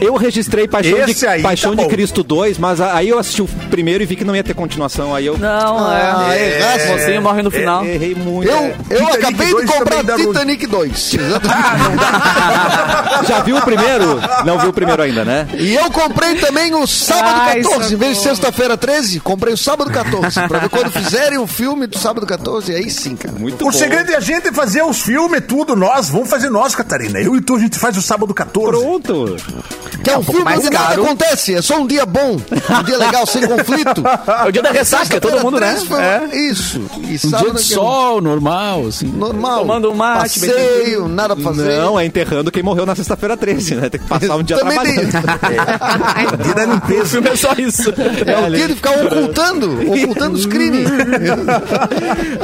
Speaker 1: Eu registrei Paixão,
Speaker 6: Esse
Speaker 1: de,
Speaker 6: aí,
Speaker 1: Paixão
Speaker 6: tá
Speaker 1: de
Speaker 6: bom.
Speaker 1: Cristo 2, mas a- aí eu assisti o primeiro e vi que não ia ter continuação. Aí eu
Speaker 3: Não,
Speaker 7: Ah,
Speaker 3: é.
Speaker 7: errasse.
Speaker 3: O mocinho morre no final.
Speaker 1: errei muito.
Speaker 7: Eu, eu
Speaker 6: Titanic
Speaker 7: acabei de
Speaker 6: 2
Speaker 7: comprar
Speaker 6: também dá no-
Speaker 7: Titanic 2.
Speaker 1: Já viu o primeiro? Não viu o primeiro ainda, né?
Speaker 7: E eu comprei também o sábado
Speaker 2: Ai,
Speaker 7: 14. Em vez de
Speaker 2: socorro.
Speaker 7: sexta-feira 13, comprei o sábado 14. Pra ver quando fizerem o filme do sábado 14, aí sim, cara.
Speaker 1: Muito
Speaker 6: O
Speaker 1: bom.
Speaker 6: segredo é a gente fazer os filmes, tudo, nós, vamos fazer nós, Catarina. Eu e tu, a gente faz o sábado 14.
Speaker 1: Pronto.
Speaker 7: Que é um filme
Speaker 3: mais
Speaker 7: onde
Speaker 3: caro.
Speaker 7: nada acontece, é só um dia bom, um dia legal, sem conflito.
Speaker 3: É o dia da ressaca, todo mundo, né?
Speaker 7: Sexta-feira 13 foi- Isso. E
Speaker 4: Um
Speaker 7: sábado é
Speaker 4: dia de
Speaker 7: aquele-
Speaker 4: sol, normal, assim.
Speaker 7: Normal.
Speaker 3: Tomando um mate, bem
Speaker 7: Passeio, nada pra fazer.
Speaker 1: Não, é enterrando quem morreu na sexta-feira 13, né? Tem que passar um dia
Speaker 7: Também
Speaker 1: trabalhando.
Speaker 6: Dia da
Speaker 3: O
Speaker 6: limpeza.
Speaker 3: filme é só isso.
Speaker 7: É o dia de ficar ocultando, ocultando os crimes.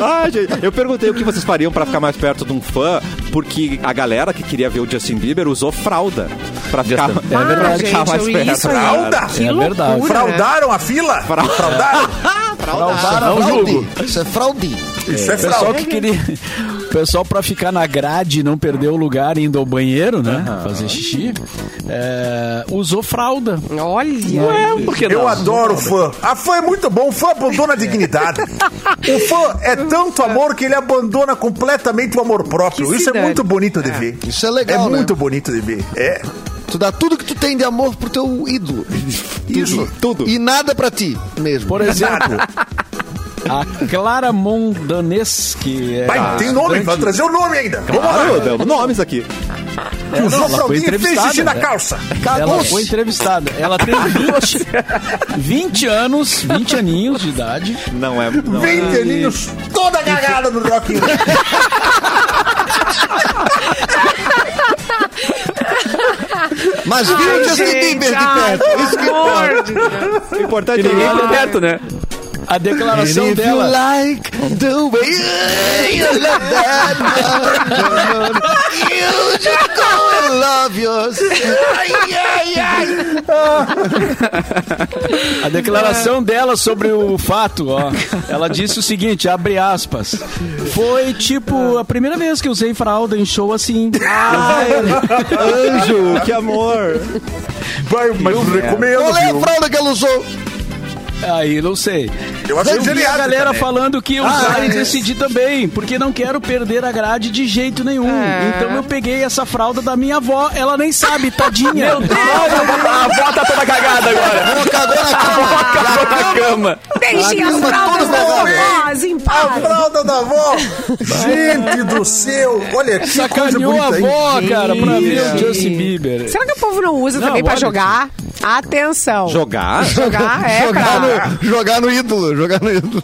Speaker 1: Ah, gente, eu perguntei o que vocês fariam pra ficar mais perto de um fã, porque a galera que queria ver o Justin Bieber usou fralda pra ficar,
Speaker 4: Justin.
Speaker 1: pra
Speaker 2: É verdade.
Speaker 1: ficar
Speaker 2: Gente, eu li isso aí.
Speaker 6: Fralda?
Speaker 2: Que
Speaker 4: É verdade.
Speaker 2: loucura, né?
Speaker 6: Fraudaram a fila? Fraudaram?
Speaker 7: Para,
Speaker 4: Não
Speaker 7: fraude.
Speaker 4: julgo.
Speaker 7: Isso é fraude.
Speaker 6: Isso é
Speaker 4: O pessoal
Speaker 6: fraude.
Speaker 4: que queria. O pessoal pra ficar na grade e não perder o lugar indo ao banheiro, né? Fazer xixi. é, usou fralda.
Speaker 2: Olha.
Speaker 3: É, por que não?
Speaker 6: Eu adoro fã. A fã é muito bom, o fã abandona a dignidade. O fã é tanto amor que ele abandona completamente o amor próprio.
Speaker 2: Que
Speaker 6: Isso é
Speaker 2: cidade.
Speaker 6: muito bonito de ver.
Speaker 7: Isso é legal,
Speaker 6: É
Speaker 7: né?
Speaker 6: muito bonito de ver. É.
Speaker 7: Tu dá tudo que tu tem de amor pro teu ídolo.
Speaker 6: Isso, tudo.
Speaker 7: E nada pra ti mesmo.
Speaker 6: é
Speaker 4: Por exemplo, a Clara Mondanes, que é.
Speaker 6: Vai, tem nome, vai trazer o nome ainda.
Speaker 1: Claro, damos nomes aqui.
Speaker 6: Vamos lá. Usou
Speaker 4: ela foi
Speaker 6: fraldinha e fez
Speaker 4: entrevistada,
Speaker 6: xixi na
Speaker 4: né?
Speaker 6: calça.
Speaker 4: Ela
Speaker 7: Cagou-se.
Speaker 4: foi entrevistada. Ela tem 20, 20 anos, 20 aninhos de idade.
Speaker 1: Não é. Não é.
Speaker 6: 20 aninhos, toda cagada no Rock in Rio.
Speaker 7: Mas viu o Justin Bieber de
Speaker 2: ai,
Speaker 7: perto.
Speaker 2: pelo amor de Deus.
Speaker 1: O importante é
Speaker 3: Ninguém por
Speaker 1: ele-
Speaker 3: perto, né?
Speaker 4: A declaração
Speaker 7: If you
Speaker 4: dela.
Speaker 7: like the way you love that woman, you just go and love yourself.
Speaker 4: A declaração dela sobre o fato, ó. Ela disse o seguinte, abre aspas. Foi tipo a primeira vez que usei fralda em show assim.
Speaker 1: Anjo, que amor.
Speaker 6: Vai, mas recomendo,
Speaker 7: Qual é a
Speaker 4: um.
Speaker 6: viu?
Speaker 7: fralda que ela usou?
Speaker 4: Aí não sei.
Speaker 6: Eu achei
Speaker 4: Eu vi a
Speaker 6: genial.
Speaker 4: galera
Speaker 6: também. Ah, é.
Speaker 4: falando que ia usar e decidi também, porque não quero perder a grade de jeito nenhum. Então eu peguei essa fralda da minha avó, ela nem sabe, tadinha. Meu
Speaker 3: A avó tá toda cagada agora.
Speaker 7: Ela cagou na cama.
Speaker 3: Cagou na cama.
Speaker 2: Deixem as
Speaker 7: Caramba,
Speaker 2: fraldas
Speaker 7: todo
Speaker 2: da
Speaker 7: mundo.
Speaker 2: vovós em
Speaker 6: A
Speaker 2: paz.
Speaker 6: fralda da avó! Gente do céu! Olha que
Speaker 4: Sacaneou
Speaker 6: coisa
Speaker 4: a
Speaker 6: bonita, hein?
Speaker 4: avó, cara, pra ver o
Speaker 2: Gente.
Speaker 4: Justin Bieber.
Speaker 2: Será que o povo não usa
Speaker 4: Não,
Speaker 2: também pra
Speaker 4: olha.
Speaker 2: jogar? Atenção.
Speaker 1: Jogar?
Speaker 2: Jogar é pra
Speaker 7: Jogar no, jogar no ídolo, jogar no ídolo.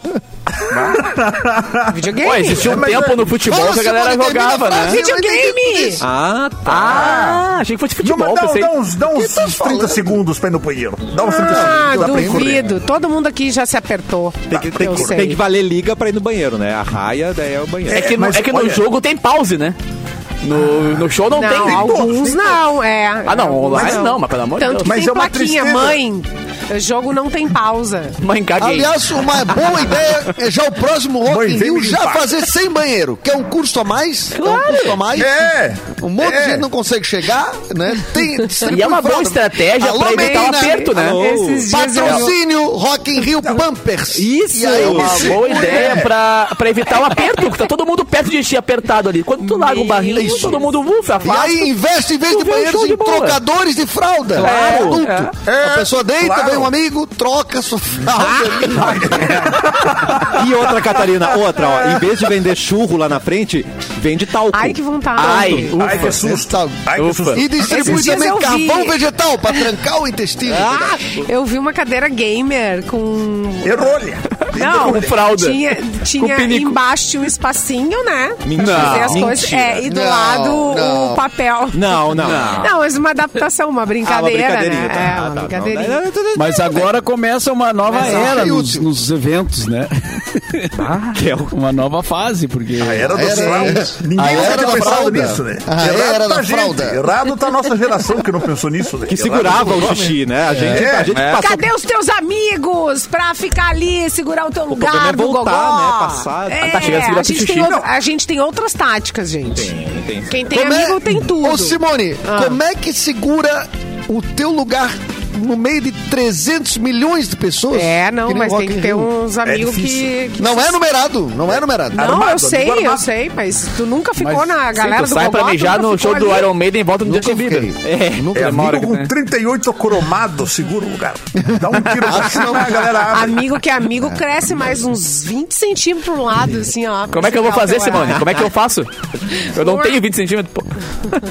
Speaker 2: videogame.
Speaker 3: Pô, existia um
Speaker 6: Mas,
Speaker 3: tempo
Speaker 6: é,
Speaker 3: no futebol que a galera jogava, né?
Speaker 2: Videogame!
Speaker 1: Ah,
Speaker 3: Ah, achei que fosse
Speaker 6: Não,
Speaker 3: futebol,
Speaker 6: mas dá,
Speaker 3: pensei.
Speaker 6: um- dá uns, dá uns 30 segundos pra ir no banheiro. Dá uns 30
Speaker 2: Ah,
Speaker 6: segundos. dá pra ir correr.
Speaker 2: duvido. Todo mundo aqui já se apertou.
Speaker 1: Tem que, tem,
Speaker 2: eu
Speaker 1: que,
Speaker 2: sei.
Speaker 1: tem que valer liga pra ir no banheiro, né? A raia, daí é o banheiro.
Speaker 3: É que, no,
Speaker 6: mas
Speaker 3: é que no
Speaker 6: olha-
Speaker 3: jogo tem pause, né? No, no show não,
Speaker 2: Não,
Speaker 3: tem.
Speaker 2: alguns
Speaker 6: todos, tem
Speaker 2: não, é.
Speaker 3: Ah, não,
Speaker 2: Alguns
Speaker 3: online não, mas pelo amor de
Speaker 2: Tanto
Speaker 3: Deus.
Speaker 2: que
Speaker 6: Mas
Speaker 2: tem
Speaker 6: é uma
Speaker 2: plaquinha,
Speaker 6: tristeza.
Speaker 2: mãe. O jogo não tem pausa.
Speaker 3: Mãe, caguei.
Speaker 7: Aliás, uma boa ideia é já o próximo Rock
Speaker 6: Mãe,
Speaker 7: in
Speaker 6: vem
Speaker 7: Rio
Speaker 6: me
Speaker 7: já
Speaker 6: limpar.
Speaker 7: fazer sem banheiro. Quer um curso a mais? É um curso a mais.
Speaker 6: É!
Speaker 7: Um monte
Speaker 6: É.
Speaker 7: de gente não consegue chegar, né? Tem,
Speaker 3: e é uma boa estratégia
Speaker 7: Alô,
Speaker 3: pra evitar o
Speaker 7: Meina.
Speaker 3: aperto, né?
Speaker 1: Alô.
Speaker 2: Esses dias eu-
Speaker 7: Patrocínio Rock in Rio Pampers.
Speaker 1: Isso!
Speaker 7: E aí,
Speaker 3: Uma
Speaker 7: se-
Speaker 3: boa ideia pra, pra evitar o aperto, que tá todo mundo perto de ti, apertado ali. Quando tu larga o barril,
Speaker 7: Isso.
Speaker 3: todo mundo ufa,
Speaker 7: e
Speaker 3: afasta.
Speaker 7: aí investe em vez
Speaker 3: Tu
Speaker 7: de
Speaker 3: vê um
Speaker 7: banheiros
Speaker 3: show de
Speaker 7: em
Speaker 3: bola.
Speaker 7: trocadores de fralda.
Speaker 3: Claro.
Speaker 7: Adulto.
Speaker 6: É.
Speaker 7: A pessoa deita,
Speaker 6: Claro.
Speaker 7: vem um amigo, troca sua
Speaker 3: Ah,
Speaker 7: fralda.
Speaker 1: E outra, Catarina, outra, ó. Em vez de vender churro lá na frente, vende talco.
Speaker 2: Ai, que vontade.
Speaker 3: Ai, ufa.
Speaker 6: Ai, que susto!
Speaker 7: Tá.
Speaker 6: É. Ai, que
Speaker 3: Ufa.
Speaker 6: susto!
Speaker 7: E distribui
Speaker 2: Esses dias
Speaker 7: também
Speaker 2: eu vi.
Speaker 7: carvão vegetal
Speaker 3: Ah,
Speaker 2: Ah,
Speaker 7: pra trancar o intestino.
Speaker 2: Eu vi uma cadeira gamer com
Speaker 6: Errolha!
Speaker 2: Não,
Speaker 3: Com fralda.
Speaker 2: Tinha, tinha
Speaker 3: pinico.
Speaker 2: embaixo tinha um espacinho, né?
Speaker 1: Mentira.
Speaker 2: Pra fazer as
Speaker 1: Não.
Speaker 2: coisas. É, e do
Speaker 7: Não,
Speaker 2: lado
Speaker 7: não.
Speaker 2: o papel.
Speaker 1: Não, não.
Speaker 2: Não, mas uma adaptação, uma brincadeira, né? É, uma brincadeirinha.
Speaker 4: Mas agora começa uma nova
Speaker 7: Mas acho
Speaker 4: era
Speaker 7: que
Speaker 4: nos,
Speaker 7: útil.
Speaker 4: nos eventos, né?
Speaker 1: Que é o-
Speaker 4: Uma nova fase, porque.
Speaker 6: A era das
Speaker 7: Era-
Speaker 6: fraldas.
Speaker 7: é.
Speaker 6: Ninguém
Speaker 7: A
Speaker 6: nunca
Speaker 7: era
Speaker 6: tinha
Speaker 7: da
Speaker 6: pensado
Speaker 7: fralda.
Speaker 6: nisso, né?
Speaker 7: A
Speaker 6: Errado
Speaker 7: era
Speaker 6: tá
Speaker 7: da
Speaker 6: a gente.
Speaker 7: fralda.
Speaker 6: Errado tá a nossa geração que não pensou nisso. Né?
Speaker 1: Que segurava o xixi, né? A
Speaker 6: É,
Speaker 1: gente, a gente passou.
Speaker 2: Cadê os teus amigos pra ficar ali, segurar o teu lugar
Speaker 1: problema é
Speaker 2: do
Speaker 1: voltar,
Speaker 2: gogó?
Speaker 1: né? Passar.
Speaker 2: É,
Speaker 3: Tá chegando a segurar
Speaker 2: a, gente
Speaker 3: pro xixi.
Speaker 2: tem outra- a gente tem outras táticas, gente.
Speaker 1: tem.
Speaker 2: Quem tem
Speaker 7: Como é-
Speaker 2: amigo tem tudo. Ah.
Speaker 7: Ô, Simone, como é que segura o teu lugar no meio de 300 milhões de pessoas?
Speaker 2: É, não,
Speaker 7: nem
Speaker 2: mas
Speaker 7: Rock
Speaker 2: tem que
Speaker 7: in
Speaker 2: ter
Speaker 7: Rio.
Speaker 2: uns amigos que,
Speaker 6: difícil.
Speaker 2: que-
Speaker 7: Não é numerado, não é numerado.
Speaker 2: Não, eu
Speaker 6: Armado,
Speaker 2: sei,
Speaker 6: amigo
Speaker 2: eu
Speaker 6: armado.
Speaker 2: sei, mas tu nunca ficou na galera
Speaker 3: Tu
Speaker 2: do
Speaker 3: sai pra
Speaker 2: robô,
Speaker 3: mijar
Speaker 2: nunca
Speaker 3: no show
Speaker 2: ficou
Speaker 3: do
Speaker 2: ali.
Speaker 3: Iron Maiden e volta no
Speaker 7: Nunca
Speaker 3: Justin Bieber.
Speaker 7: fiquei.
Speaker 3: É,
Speaker 6: É,
Speaker 3: é uma hora
Speaker 6: amigo
Speaker 3: que
Speaker 6: com
Speaker 3: tem.
Speaker 6: 38 cromado, segura o lugar. Dá um tiro assim, a galera abre.
Speaker 2: Amigo que é amigo cresce mais uns 20 centímetros pro lado, assim, ó. pra
Speaker 3: Como é que eu vou
Speaker 2: chegar
Speaker 3: fazer,
Speaker 2: ao teu
Speaker 3: Simone?
Speaker 2: ar.
Speaker 3: Como é que eu faço? Eu não tenho 20 centímetros. pô.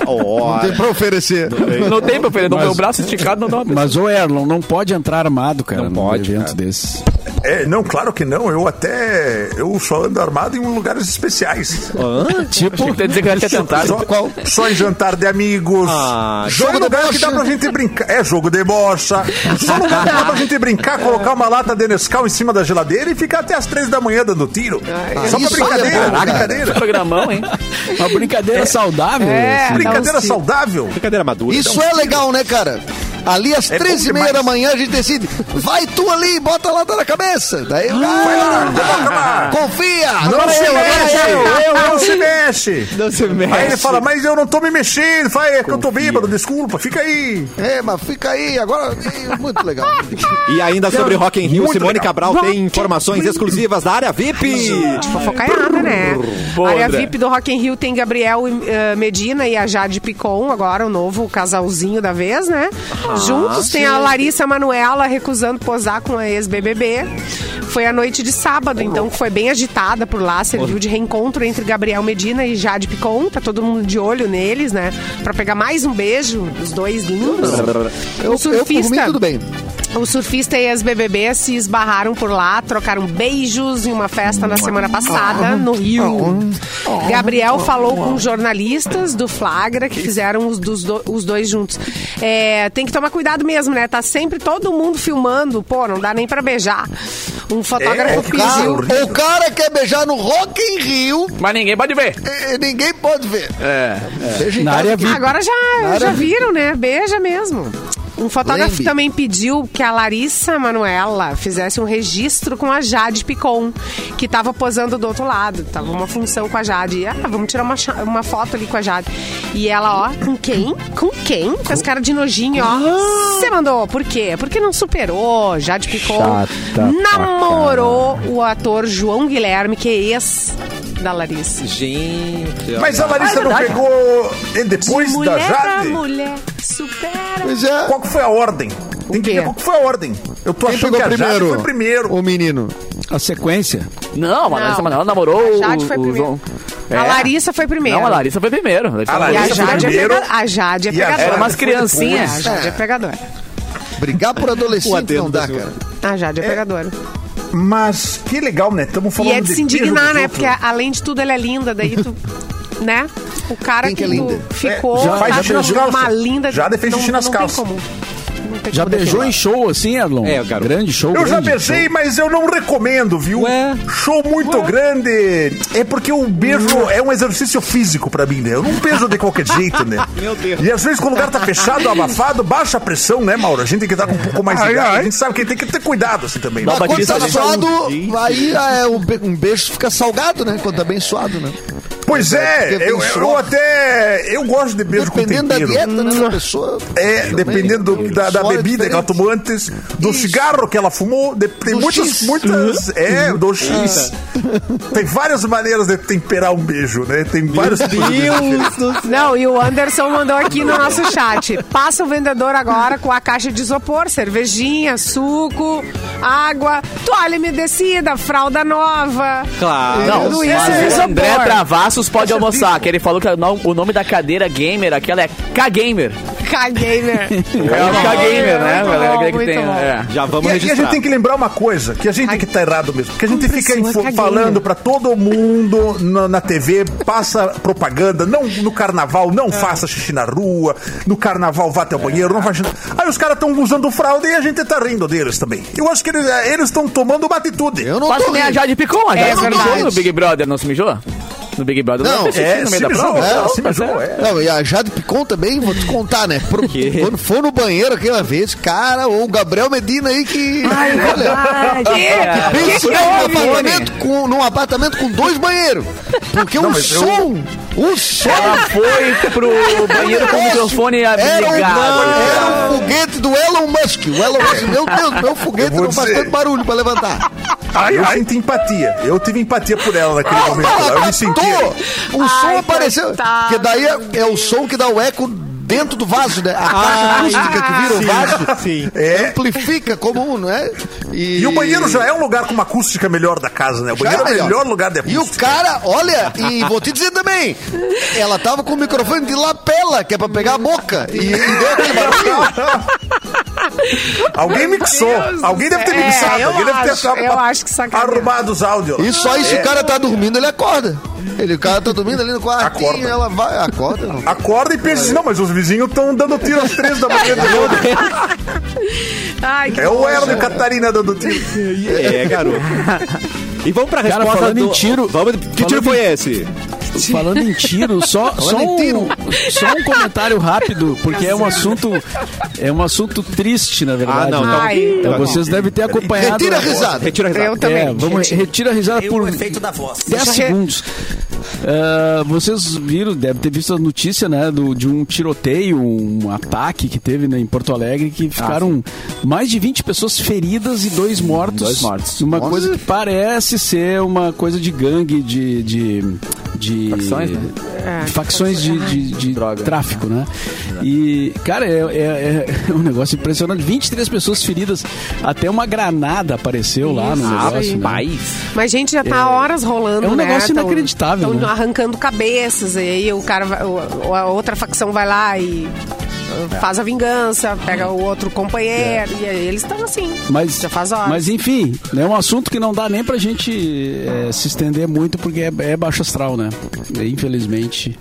Speaker 1: Ó,
Speaker 7: Tem pra oferecer.
Speaker 6: é,
Speaker 3: Eu não tenho, meu filho. Eu dou meu braço esticado, não dobra.
Speaker 4: É Mas o Erlon não pode entrar armado, cara,
Speaker 1: Não
Speaker 4: num
Speaker 1: pode,
Speaker 4: evento
Speaker 1: cara.
Speaker 4: desse.
Speaker 6: É, não, claro que não. Eu até. Eu só ando armado em lugares especiais.
Speaker 3: Tipo, quer dizer que eu ia tentar.
Speaker 6: Só, só em jantar de amigos.
Speaker 1: Ah,
Speaker 6: só
Speaker 7: jogo
Speaker 6: em lugar
Speaker 7: de
Speaker 6: que dá
Speaker 7: bocha.
Speaker 6: pra gente brincar. É jogo de bocha. Só lugar que dá pra gente brincar, colocar uma lata de Nescau em cima da geladeira e ficar até as três da manhã dando tiro. só pra
Speaker 7: isso é
Speaker 6: brincadeira,
Speaker 7: bom, cara.
Speaker 6: brincadeira.
Speaker 3: Um Programão, hein?
Speaker 4: Uma brincadeira saudável.
Speaker 2: É,
Speaker 4: assim.
Speaker 2: dá
Speaker 6: Brincadeira
Speaker 2: uns-
Speaker 6: saudável.
Speaker 1: brincadeira madura.
Speaker 7: Isso é legal, né, cara? Ali às
Speaker 6: É bom
Speaker 7: 13 e meia
Speaker 6: demais.
Speaker 7: da manhã a gente decide. Vai tu ali, bota a lata na cabeça. Daí "Ah, o
Speaker 6: Ah.
Speaker 7: cara. Confia! Não
Speaker 6: Não se
Speaker 7: é eu, não
Speaker 2: né?
Speaker 6: mexe,
Speaker 7: é eu.
Speaker 6: não se mexe.
Speaker 1: Não se mexe.
Speaker 6: Aí ele fala, mas eu não tô me mexendo, vai, é que eu tô bêbado, desculpa, fica aí.
Speaker 7: É, mas fica aí, agora. é Muito legal.
Speaker 1: E ainda sobre Rock in Rio,
Speaker 6: Muito
Speaker 1: Simone
Speaker 6: legal.
Speaker 1: Cabral tem informações exclusivas da área VIP.
Speaker 2: Fofocar é nada, né?
Speaker 3: Boa,
Speaker 2: Área
Speaker 3: André.
Speaker 2: VIP do Rock in Rio tem Gabriel eh, Medina e a Jade Picon, agora o novo casalzinho da vez, né?
Speaker 7: Ah,
Speaker 2: Juntos tem a Larissa Manuela recusando posar com a ex-BBB. Foi a noite de sábado, então que foi bem agitada por lá, serviu de reencontro entre Gabriel Medina e Jade Picon, tá todo mundo de olho neles, né? Pra pegar mais um beijo, os dois lindos. Um
Speaker 7: Eu, eu por mim, tudo bem.
Speaker 2: O surfista e as BBB se esbarraram por lá, trocaram beijos em uma festa na semana passada, no Rio. Gabriel falou com jornalistas do Flagra que fizeram os, dos do- os dois juntos. É, tem que tomar cuidado mesmo, né? Tá sempre todo mundo filmando. Pô, não dá nem pra beijar. Um fotógrafo
Speaker 6: que
Speaker 7: Cara,
Speaker 2: pediu.
Speaker 6: horrível.
Speaker 7: o cara quer beijar no Rock in Rio,
Speaker 3: Mas ninguém pode ver.
Speaker 7: eh, ninguém pode ver.
Speaker 3: É.
Speaker 7: Beija em
Speaker 4: Na
Speaker 7: casa
Speaker 4: área
Speaker 7: que-
Speaker 4: VIP.
Speaker 2: Ah, Agora já, já
Speaker 7: Maravilha.
Speaker 2: viram, né? Beija mesmo. Um fotógrafo
Speaker 7: Lembre.
Speaker 2: também pediu que a Larissa Manuela fizesse um registro com a Jade Picon, que estava posando do outro lado. Tava uma função com a Jade. E, Ah, vamos tirar uma, cha- uma foto ali com a Jade. E ela, ó, com quem? Com quem? Com as caras de nojinho,
Speaker 6: Ah.
Speaker 2: ó. Você mandou. Por quê? Porque não superou. Jade Picon namorou o ator João Guilherme, que é ex da Larissa.
Speaker 1: Gente,
Speaker 6: Mas a Larissa não pegou e depois da
Speaker 2: mulher pra
Speaker 6: Jade?
Speaker 2: mulher, supera.
Speaker 7: Pois é.
Speaker 6: Qual que foi a ordem? Tem que
Speaker 2: quê?
Speaker 6: ver qual que foi a ordem. Eu tô
Speaker 7: Quem
Speaker 6: achando
Speaker 7: pegou
Speaker 6: que a Jade
Speaker 7: primeiro?
Speaker 6: foi primeiro.
Speaker 7: O menino.
Speaker 4: A sequência.
Speaker 3: Não, a Larissa
Speaker 2: Não.
Speaker 3: Manoela namorou
Speaker 2: A
Speaker 3: o,
Speaker 2: Jade foi
Speaker 3: o
Speaker 2: primeiro.
Speaker 3: João. É.
Speaker 2: A Larissa foi primeiro.
Speaker 3: Não, a Larissa foi primeiro.
Speaker 6: A
Speaker 2: E a
Speaker 6: Larissa foi
Speaker 2: Jade, é
Speaker 6: primeiro.
Speaker 2: pega- a Jade é
Speaker 6: E a
Speaker 2: pegadora.
Speaker 3: Era umas
Speaker 6: Foi
Speaker 2: A
Speaker 3: criancinhas.
Speaker 2: Jade é pegadora.
Speaker 7: Brigar por adolescente não dá, cara.
Speaker 2: A Jade é, pegadora.
Speaker 6: Mas que legal, né? Estamos
Speaker 2: E
Speaker 6: falando
Speaker 2: é de se indignar, né? Porque além de tudo ela é linda, daí tu. Né? O cara
Speaker 7: Quem
Speaker 2: que,
Speaker 7: que é linda?
Speaker 2: tu ficou,
Speaker 6: já faz xixi nas
Speaker 2: transformou uma
Speaker 6: calças.
Speaker 2: linda.
Speaker 6: Já defende
Speaker 2: não-
Speaker 6: xixi nas
Speaker 2: não tem
Speaker 6: calças.
Speaker 2: como. Não tem
Speaker 4: Já
Speaker 2: como
Speaker 4: beijou
Speaker 2: defender.
Speaker 4: em show, assim, Erlon?
Speaker 1: É, garoto.
Speaker 4: Grande show.
Speaker 6: Eu já
Speaker 4: grande
Speaker 6: beijei,
Speaker 4: show.
Speaker 6: mas eu não recomendo, viu?
Speaker 1: Ué?
Speaker 6: Show muito grande. É porque o beijo é um exercício físico pra mim, né? Eu não beijo de qualquer jeito, né?
Speaker 1: Meu Deus.
Speaker 6: E às vezes quando o lugar tá fechado, abafado, baixa a pressão, né, Mauro? A gente tem que estar com um pouco mais de gás. A gente sabe que tem que ter cuidado assim também. né?
Speaker 7: Mas quando
Speaker 3: Batista já
Speaker 7: tá suado,
Speaker 1: um-
Speaker 7: aí é, um, be- um beijo fica salgado, né? Quando tá bem suado, né?
Speaker 6: Pois é,
Speaker 7: Porque
Speaker 6: eu,
Speaker 7: tem
Speaker 6: eu
Speaker 7: suor.
Speaker 6: até... Eu gosto de beijo
Speaker 7: Dependendo
Speaker 6: com
Speaker 7: da
Speaker 6: tempero.
Speaker 7: dieta, né? Da pessoa.
Speaker 6: É, dependendo do- da, da
Speaker 7: Suor é
Speaker 6: bebida que ela
Speaker 7: diferente.
Speaker 6: tomou antes, do
Speaker 7: Isso.
Speaker 6: cigarro que ela fumou, de- tem
Speaker 7: Do
Speaker 6: muitas,
Speaker 7: X. Uhum.
Speaker 6: muitas. É, do X. Tem várias maneiras de temperar um beijo, né? Tem vários tipos de
Speaker 1: Deus do céu.
Speaker 2: Não, e o Anderson mandou aqui no nosso chat. Passa o vendedor agora com a caixa de isopor, cervejinha, suco, água, toalha umedecida, fralda nova.
Speaker 1: Claro.
Speaker 3: Não,
Speaker 2: Tudo isso é
Speaker 3: mas o
Speaker 2: isopor.
Speaker 3: André Travassos pode almoçar, que ele falou que o no- o nome da cadeira gamer aquela é K-Gamer.
Speaker 2: K-Gamer.
Speaker 3: É o K-Gamer, né?
Speaker 2: Muito
Speaker 3: galera
Speaker 2: bom,
Speaker 3: que
Speaker 2: muito
Speaker 3: tem,
Speaker 2: bom.
Speaker 3: é.
Speaker 1: Já vamos
Speaker 6: E a, e a
Speaker 1: registrar.
Speaker 6: gente tem que lembrar uma coisa, que a gente tem que estar errado mesmo. Porque a gente
Speaker 2: Compre
Speaker 6: fica
Speaker 2: sua
Speaker 6: info-
Speaker 2: caguinha.
Speaker 6: falando pra todo mundo na, na TV, passa propaganda, não no carnaval, não
Speaker 7: É.
Speaker 6: faça xixi na rua, no carnaval vá até o banheiro, não faça xixi. Aí os caras estão usando fralda e a gente tá rindo deles também. Eu acho que eles é, eles estão tomando uma atitude.
Speaker 7: Eu não
Speaker 3: Quase
Speaker 7: tô
Speaker 3: nem a
Speaker 7: rindo.
Speaker 3: Jade Picon, a
Speaker 2: É
Speaker 3: Jade se
Speaker 7: verdade.
Speaker 3: mijou no Big Brother, não se mijou? No Big Brother
Speaker 7: Não,
Speaker 3: fez xixi
Speaker 6: É, se mijou,
Speaker 7: é,
Speaker 6: ela
Speaker 3: Não,
Speaker 6: se
Speaker 3: tá
Speaker 6: mijou,
Speaker 3: certo.
Speaker 6: é.
Speaker 7: Não, e a Jade Picon também, vou te contar, né? Pro- quando for no banheiro aquela vez, cara, ou o Gabriel Medina aí que. olha, que pensa
Speaker 2: que
Speaker 6: um
Speaker 7: num,
Speaker 2: houve,
Speaker 7: apartamento com, num apartamento com dois banheiros. Porque o
Speaker 6: mas eu-
Speaker 7: som, o som
Speaker 3: Ela foi pro banheiro com o microfone
Speaker 7: era um,
Speaker 3: ligado.
Speaker 7: era um foguete do Elon Musk. O Elon Musk, meu Deus, meu foguete
Speaker 6: Eu vou
Speaker 7: não faz
Speaker 6: dizer.
Speaker 7: tanto barulho pra levantar.
Speaker 6: Aí eu senti empatia. Eu tive empatia por ela naquele momento. lá. Eu me senti.
Speaker 7: Captou! O som
Speaker 2: Ai,
Speaker 7: apareceu.
Speaker 2: coitado,
Speaker 7: Porque daí é, é o som que dá o eco dentro do vaso, né? A caixa acústica que vira o vaso
Speaker 1: Sim.
Speaker 6: É.
Speaker 7: amplifica como um, não é?
Speaker 6: E o banheiro já é um lugar com uma acústica melhor da casa, né? O banheiro é o melhor lugar de
Speaker 7: E o
Speaker 6: acústica.
Speaker 7: cara, olha, e vou te dizer também, ela tava com o microfone de lapela, que é pra pegar a boca. E, e deu aquele barulho.
Speaker 6: Alguém mixou.
Speaker 2: Deus
Speaker 6: Alguém deve ter
Speaker 2: do céu.
Speaker 6: mixado.
Speaker 2: É, eu
Speaker 6: Alguém deve ter
Speaker 2: acho, eu acho que sacanagem.
Speaker 6: arrumado os áudios. lá.
Speaker 7: E só isso,
Speaker 6: É.
Speaker 7: o cara tá dormindo, ele acorda. Ele, o cara tá dormindo ali no quartinho,
Speaker 6: Acorda.
Speaker 7: ela vai, acorda. Não.
Speaker 6: Acorda e pensa assim, não, mas os vizinhos estão dando tiro às três da manhã. de novo.
Speaker 2: Ai, que
Speaker 6: É o
Speaker 2: nojo.
Speaker 6: Erno e Catarina dando tiro.
Speaker 1: É, garoto. E vamos pra
Speaker 4: Cara,
Speaker 1: resposta
Speaker 4: falando
Speaker 1: do...
Speaker 4: em tiro-
Speaker 1: Vamos... Que
Speaker 4: falando
Speaker 1: tiro
Speaker 4: em-
Speaker 1: foi esse?
Speaker 4: Falando em tiro, só, só,
Speaker 7: em
Speaker 4: um,
Speaker 7: tiro.
Speaker 4: só um comentário rápido, porque é um assunto é um assunto triste, na verdade.
Speaker 1: Ah, não.
Speaker 4: né?
Speaker 7: tá
Speaker 1: Então,
Speaker 2: Ai, então
Speaker 1: então
Speaker 4: Vocês devem ter acompanhado.
Speaker 7: Retira a risada.
Speaker 1: Retira a
Speaker 2: Eu
Speaker 1: risada.
Speaker 2: também.
Speaker 4: É, vamos
Speaker 5: Gente,
Speaker 4: retira a risada
Speaker 5: E
Speaker 4: por
Speaker 5: o um efeito da voz.
Speaker 4: 10
Speaker 2: Deixa eu re-
Speaker 4: segundos. Ah, vocês viram, devem ter visto a notícia, né, do, de um tiroteio, um ataque que teve né, em Porto Alegre,
Speaker 3: Ah,
Speaker 4: que ficaram mais de 20 pessoas feridas e dois mortos.
Speaker 3: Hum, Dois mortos.
Speaker 4: Uma
Speaker 7: Nossa.
Speaker 4: coisa que parece ser uma coisa de gangue, de... de, de
Speaker 3: Facções, né?
Speaker 4: É,
Speaker 3: Ah.
Speaker 4: de facções de, de- de tráfico, né? E, cara, é, é- é um negócio impressionante. 23 pessoas feridas, até uma granada apareceu lá no
Speaker 2: Isso
Speaker 4: negócio.
Speaker 2: aí.
Speaker 4: né?
Speaker 3: Rapaz.
Speaker 2: Mas, gente, já tá há horas rolando,
Speaker 4: é um
Speaker 2: né?
Speaker 4: negócio
Speaker 2: Tão-
Speaker 4: inacreditável,
Speaker 2: tão
Speaker 4: né?
Speaker 2: arrancando cabeças, e aí o cara, vai- o- o- a outra facção vai lá e uh, faz a vingança, pega o outro companheiro, e aí eles estão assim.
Speaker 4: Mas,
Speaker 2: já faz horas.
Speaker 4: mas enfim, é um assunto que não dá nem pra gente eh, se estender muito, porque é, é baixo astral, né? E, Infelizmente.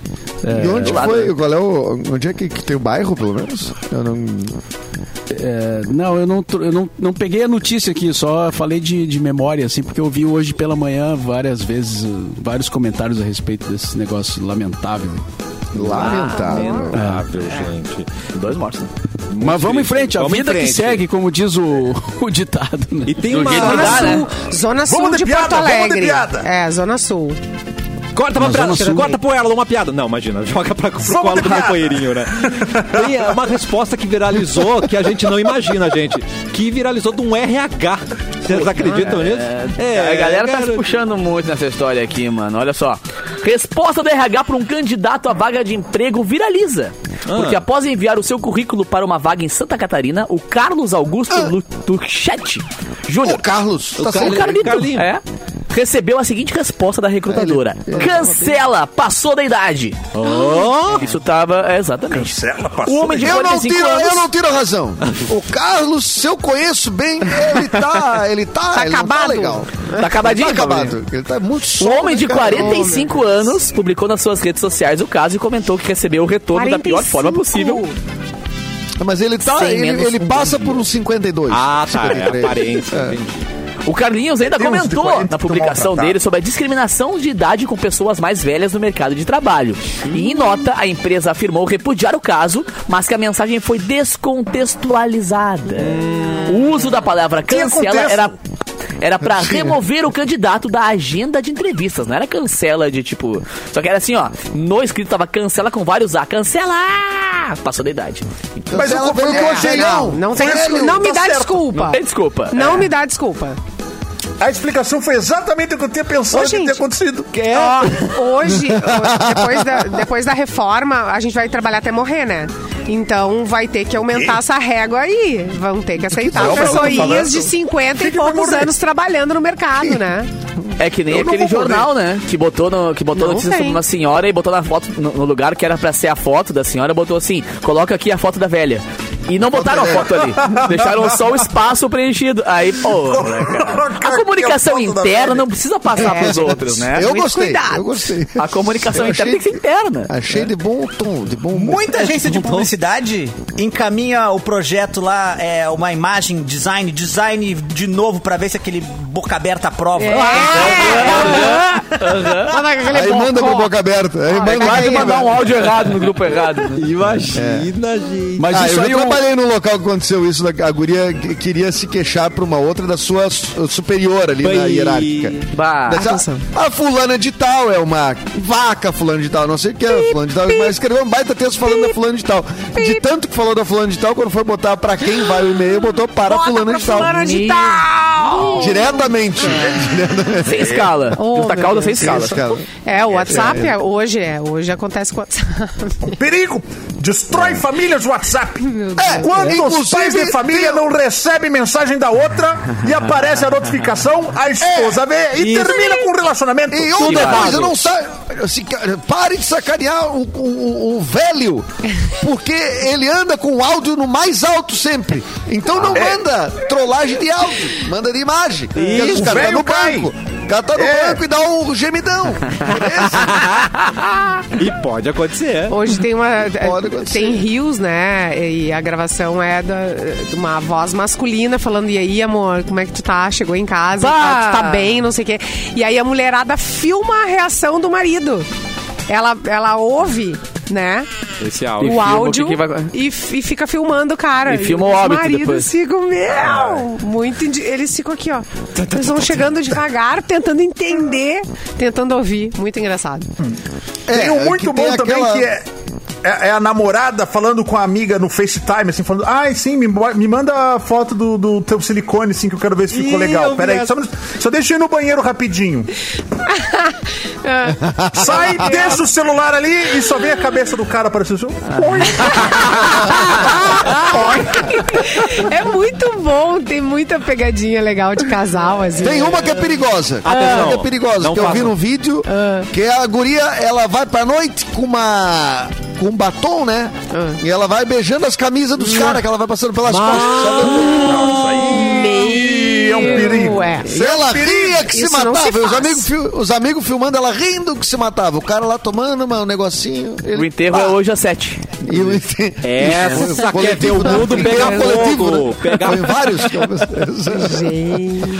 Speaker 7: E
Speaker 4: eh,
Speaker 7: onde foi? Qual é o. Onde é que, que tem o bairro, pelo menos? Eu não.
Speaker 4: eh, não, eu, não, tro- eu não, não peguei a notícia aqui, só falei de, de memória, assim, porque eu vi hoje pela manhã várias vezes, eh, vários comentários a respeito desse negócio lamentável.
Speaker 7: Lamentável.
Speaker 1: Lamentável, Ah, gente.
Speaker 3: Dois mortos, né?
Speaker 4: Mas vamos em frente, a
Speaker 1: Vamos em
Speaker 4: vida
Speaker 1: frente.
Speaker 4: que segue, como diz o, o ditado, né?
Speaker 1: E tem
Speaker 3: Do
Speaker 1: uma...
Speaker 3: jeito que
Speaker 2: Zona
Speaker 3: dá, né?
Speaker 2: Sul, Zona Sul
Speaker 6: Vamos de
Speaker 2: de,
Speaker 6: piada,
Speaker 2: Porto
Speaker 6: vamos de
Speaker 2: Alegre.
Speaker 6: piada.
Speaker 2: É, Zona Sul.
Speaker 1: Corta pra
Speaker 4: Na
Speaker 1: piada,
Speaker 4: Zona Sul.
Speaker 1: corta pro Erlon uma piada. Não, imagina, joga pra, pro
Speaker 6: Vamos
Speaker 1: colo do
Speaker 6: lá.
Speaker 1: companheirinho, né? Tem é, uma resposta que viralizou que a gente não imagina, gente. Que viralizou de um RH. Vocês acreditam nisso?
Speaker 6: É,
Speaker 1: É,
Speaker 3: a galera tá se
Speaker 1: garoto.
Speaker 3: puxando muito nessa história aqui, mano. Olha só. Resposta do RH para um candidato à vaga de emprego viraliza.
Speaker 6: Ah.
Speaker 3: Porque após enviar o seu currículo para uma vaga em Santa Catarina, o Carlos Augusto
Speaker 6: Ah.
Speaker 3: Lu- Turchetti Júnior.
Speaker 7: Ô, Carlos, tá
Speaker 3: O
Speaker 7: certo.
Speaker 3: Carlito,
Speaker 1: Carlinho.
Speaker 3: é, recebeu a seguinte resposta da recrutadora:
Speaker 7: É, ele-
Speaker 3: Cancela, passou da idade. Isso tava. é, exatamente.
Speaker 6: Cancela,
Speaker 3: O
Speaker 6: passou.
Speaker 3: Um homem de
Speaker 7: Eu não,
Speaker 3: 45
Speaker 7: tiro,
Speaker 3: anos.
Speaker 7: eu não tiro a razão. O Carlos, se eu conheço bem, ele tá. Ele tá.
Speaker 2: Tá
Speaker 7: ele não
Speaker 2: acabado.
Speaker 7: Tá legal.
Speaker 3: Tá acabadinho,
Speaker 7: Tá
Speaker 3: Paulinho.
Speaker 7: acabado. Ele tá muito
Speaker 3: O
Speaker 7: sóbrio,
Speaker 3: Um homem de
Speaker 7: cara.
Speaker 3: 45 anos publicou nas suas redes sociais o caso e comentou que recebeu o retorno da pior forma
Speaker 2: 45.
Speaker 3: possível.
Speaker 7: Mas ele tá.
Speaker 3: Sem
Speaker 7: Ele,
Speaker 3: menos
Speaker 7: ele
Speaker 3: um
Speaker 7: passa por uns 52.
Speaker 1: Ah, tá, é
Speaker 7: 53.
Speaker 1: aparência,
Speaker 7: É.
Speaker 1: entendi.
Speaker 3: O Carlinhos ainda
Speaker 6: Tem uns de
Speaker 3: comentou
Speaker 6: 40
Speaker 3: na
Speaker 6: que tão
Speaker 3: publicação
Speaker 6: maltratados.
Speaker 3: dele sobre a discriminação de idade com pessoas mais velhas no mercado de trabalho. E em nota, a empresa afirmou repudiar o caso, mas que a mensagem foi descontextualizada. O uso da palavra
Speaker 6: Tinha
Speaker 3: cancela
Speaker 6: contexto.
Speaker 3: era era pra remover o candidato da agenda de entrevistas, não era cancela de tipo. Só que era assim, ó. No escrito tava cancela com vários A. Cancela! Passou da idade.
Speaker 6: Mas eu
Speaker 7: Ela
Speaker 6: comprei o que eu
Speaker 7: é,
Speaker 6: achei.
Speaker 7: não.
Speaker 2: Não, tem
Speaker 6: Velho,
Speaker 2: desculpa. não me
Speaker 6: tá
Speaker 2: dá
Speaker 6: certo.
Speaker 2: desculpa.
Speaker 3: Tem desculpa.
Speaker 2: Não me dá desculpa.
Speaker 6: A explicação foi exatamente o que eu tinha pensado
Speaker 2: Ô,
Speaker 6: que tinha
Speaker 2: gente. é?
Speaker 6: acontecido. Ah,
Speaker 2: Ó, hoje, hoje, depois da, depois da reforma, a gente vai trabalhar até morrer, né? Então vai ter que aumentar essa régua aí. Vão ter que aceitar
Speaker 6: Não, mas eu tô falando-
Speaker 2: pessoinhas de 50 e
Speaker 6: Fica pra
Speaker 2: poucos
Speaker 6: morrer.
Speaker 2: anos trabalhando no mercado, né?
Speaker 3: É que nem
Speaker 6: Eu não
Speaker 3: aquele
Speaker 6: vou morrer.
Speaker 3: jornal, né? Que botou, no, que botou
Speaker 2: Não
Speaker 3: notícia
Speaker 2: tem.
Speaker 3: sobre uma senhora e botou na foto, no, no lugar que era pra ser a foto da senhora, botou assim: coloca aqui a foto da velha. E não botaram a foto ali. Deixaram só o espaço preenchido. Aí, pô. né, cara? A comunicação
Speaker 6: Aqui a foto da
Speaker 3: interna
Speaker 6: velha.
Speaker 3: não precisa passar pros outros, né?
Speaker 7: Eu
Speaker 2: Muito
Speaker 7: gostei,
Speaker 2: cuidado.
Speaker 7: eu gostei.
Speaker 3: A comunicação
Speaker 7: Eu É,
Speaker 3: interna tem que ser interna.
Speaker 7: Achei de bom tom, de bom humor.
Speaker 5: Muita agência de publicidade encaminha o projeto lá, é, uma imagem, design, design de novo pra ver se aquele boca aberta
Speaker 7: É.
Speaker 5: aprova. É.
Speaker 7: Ah!
Speaker 2: Olha aquele
Speaker 7: Aí manda
Speaker 2: bocó.
Speaker 7: com boca aberta. Aí manda
Speaker 3: Vai
Speaker 7: com boca
Speaker 3: mandar um
Speaker 7: aberta.
Speaker 3: áudio errado no grupo errado. né?
Speaker 1: Imagina, gente.
Speaker 4: É. Mas
Speaker 7: Ah,
Speaker 4: isso
Speaker 7: eu
Speaker 4: aí é um-
Speaker 7: já
Speaker 4: eu,
Speaker 7: trabalhei num local que aconteceu isso. da- A guria que- queria se queixar pra uma outra da sua su- superior ali na
Speaker 1: Pai.
Speaker 7: hierárquica.
Speaker 2: Ah,
Speaker 3: Bah.
Speaker 7: Daí ela, a, fulana de tal é uma vaca fulana de tal, não sei o que é fulana de tal, mas escreveu um baita texto falando da fulana de tal. De tanto que falou da fulana de tal, quando foi botar pra quem vai o e-mail, botou para
Speaker 2: Bota
Speaker 7: fulana
Speaker 2: pra
Speaker 7: de tal.
Speaker 2: fulana de tal.
Speaker 7: Diretamente.
Speaker 3: Sem escala.
Speaker 2: Oh,
Speaker 3: Justa
Speaker 2: meu
Speaker 3: cauda
Speaker 2: Deus.
Speaker 3: sem escala.
Speaker 2: É, o WhatsApp é, hoje é. Hoje acontece com o WhatsApp.
Speaker 6: Perigo! Destrói famílias WhatsApp. É, quantos
Speaker 7: Inclusive,
Speaker 6: pais de família não recebem mensagem da outra e aparece a notificação, a esposa vê e termina com o relacionamento.
Speaker 7: E um outra coisa, eu não sai. assim, cara, Pare de sacanear o, o- o- o velho, porque ele anda com o áudio no mais alto sempre. Então
Speaker 6: Ah,
Speaker 7: não
Speaker 6: é.
Speaker 7: manda trollagem de áudio, manda de imagem. Porque
Speaker 6: Isso,
Speaker 7: os caras tá
Speaker 6: velho
Speaker 7: no
Speaker 6: cai.
Speaker 7: banco. O cara tá no
Speaker 6: É.
Speaker 7: banco e dá um gemidão. Beleza?
Speaker 1: E pode acontecer.
Speaker 2: Hoje tem uma. eh,
Speaker 7: Pode acontecer.
Speaker 2: tem rios, né? E a gravação é da- de uma voz masculina falando: E aí, amor, como é que tu tá? Chegou em casa, e
Speaker 3: Bah!
Speaker 2: tal, tu tá bem, não sei o quê. E aí a mulherada filma a reação do marido. Ela, ela ouve, né?
Speaker 1: Esse áudio.
Speaker 2: o
Speaker 3: filma o
Speaker 2: áudio
Speaker 3: que que vai-
Speaker 2: e, f- e fica filmando o cara.
Speaker 3: E filma o
Speaker 2: os
Speaker 3: óbito
Speaker 2: maridos
Speaker 3: depois. É.
Speaker 2: ficam, meu! Muito. indi- Eles ficam aqui, ó. Eles vão chegando devagar, tentando entender, tententando ouvir. Muito engraçado.
Speaker 6: Tem um
Speaker 7: É,
Speaker 6: muito
Speaker 7: que tem
Speaker 6: bom também
Speaker 7: aquela-
Speaker 6: que é, é- é a namorada falando com a amiga no FaceTime, assim, falando: Ai, sim, me, mo- me manda a foto do, do teu silicone, assim, que eu quero ver se ficou
Speaker 1: Ih, eu
Speaker 6: legal.
Speaker 1: vi
Speaker 6: Peraí,
Speaker 1: essa.
Speaker 6: só, um minuto. só deixa eu ir no banheiro rapidinho. Sai, deixa o celular ali e só vem a cabeça do cara aparecendo. assim,
Speaker 2: É muito bom, tem muita pegadinha legal de casal, assim.
Speaker 7: Tem uma que é perigosa.
Speaker 6: Ah,
Speaker 7: Tem uma que é perigosa,
Speaker 1: Não
Speaker 7: que eu vi
Speaker 1: façam.
Speaker 7: num vídeo, que a guria, ela vai pra noite com uma... com um batom, né?
Speaker 6: Ah.
Speaker 7: E ela vai beijando as camisas
Speaker 6: Hum.
Speaker 7: dos caras, que ela vai passando pelas costas. sabe?
Speaker 6: Ih, é um perigo.
Speaker 2: Ué.
Speaker 7: Ela ria que se
Speaker 2: Isso não
Speaker 7: matava.
Speaker 2: se
Speaker 7: os,
Speaker 2: faz.
Speaker 7: amigos, fil- os amigos filmando ela rindo que se matava. O cara lá tomando uma- um negocinho.
Speaker 3: O
Speaker 7: Ele,
Speaker 3: enterro é hoje às sete.
Speaker 7: e o enterro- Foi
Speaker 1: Essa
Speaker 7: um
Speaker 1: quer ver o
Speaker 7: coletivo,
Speaker 1: mundo
Speaker 7: né?
Speaker 1: pegar
Speaker 7: Foi um coletivo,
Speaker 1: fogo.
Speaker 7: né?
Speaker 1: Pegar
Speaker 7: Foi em vários. filmes.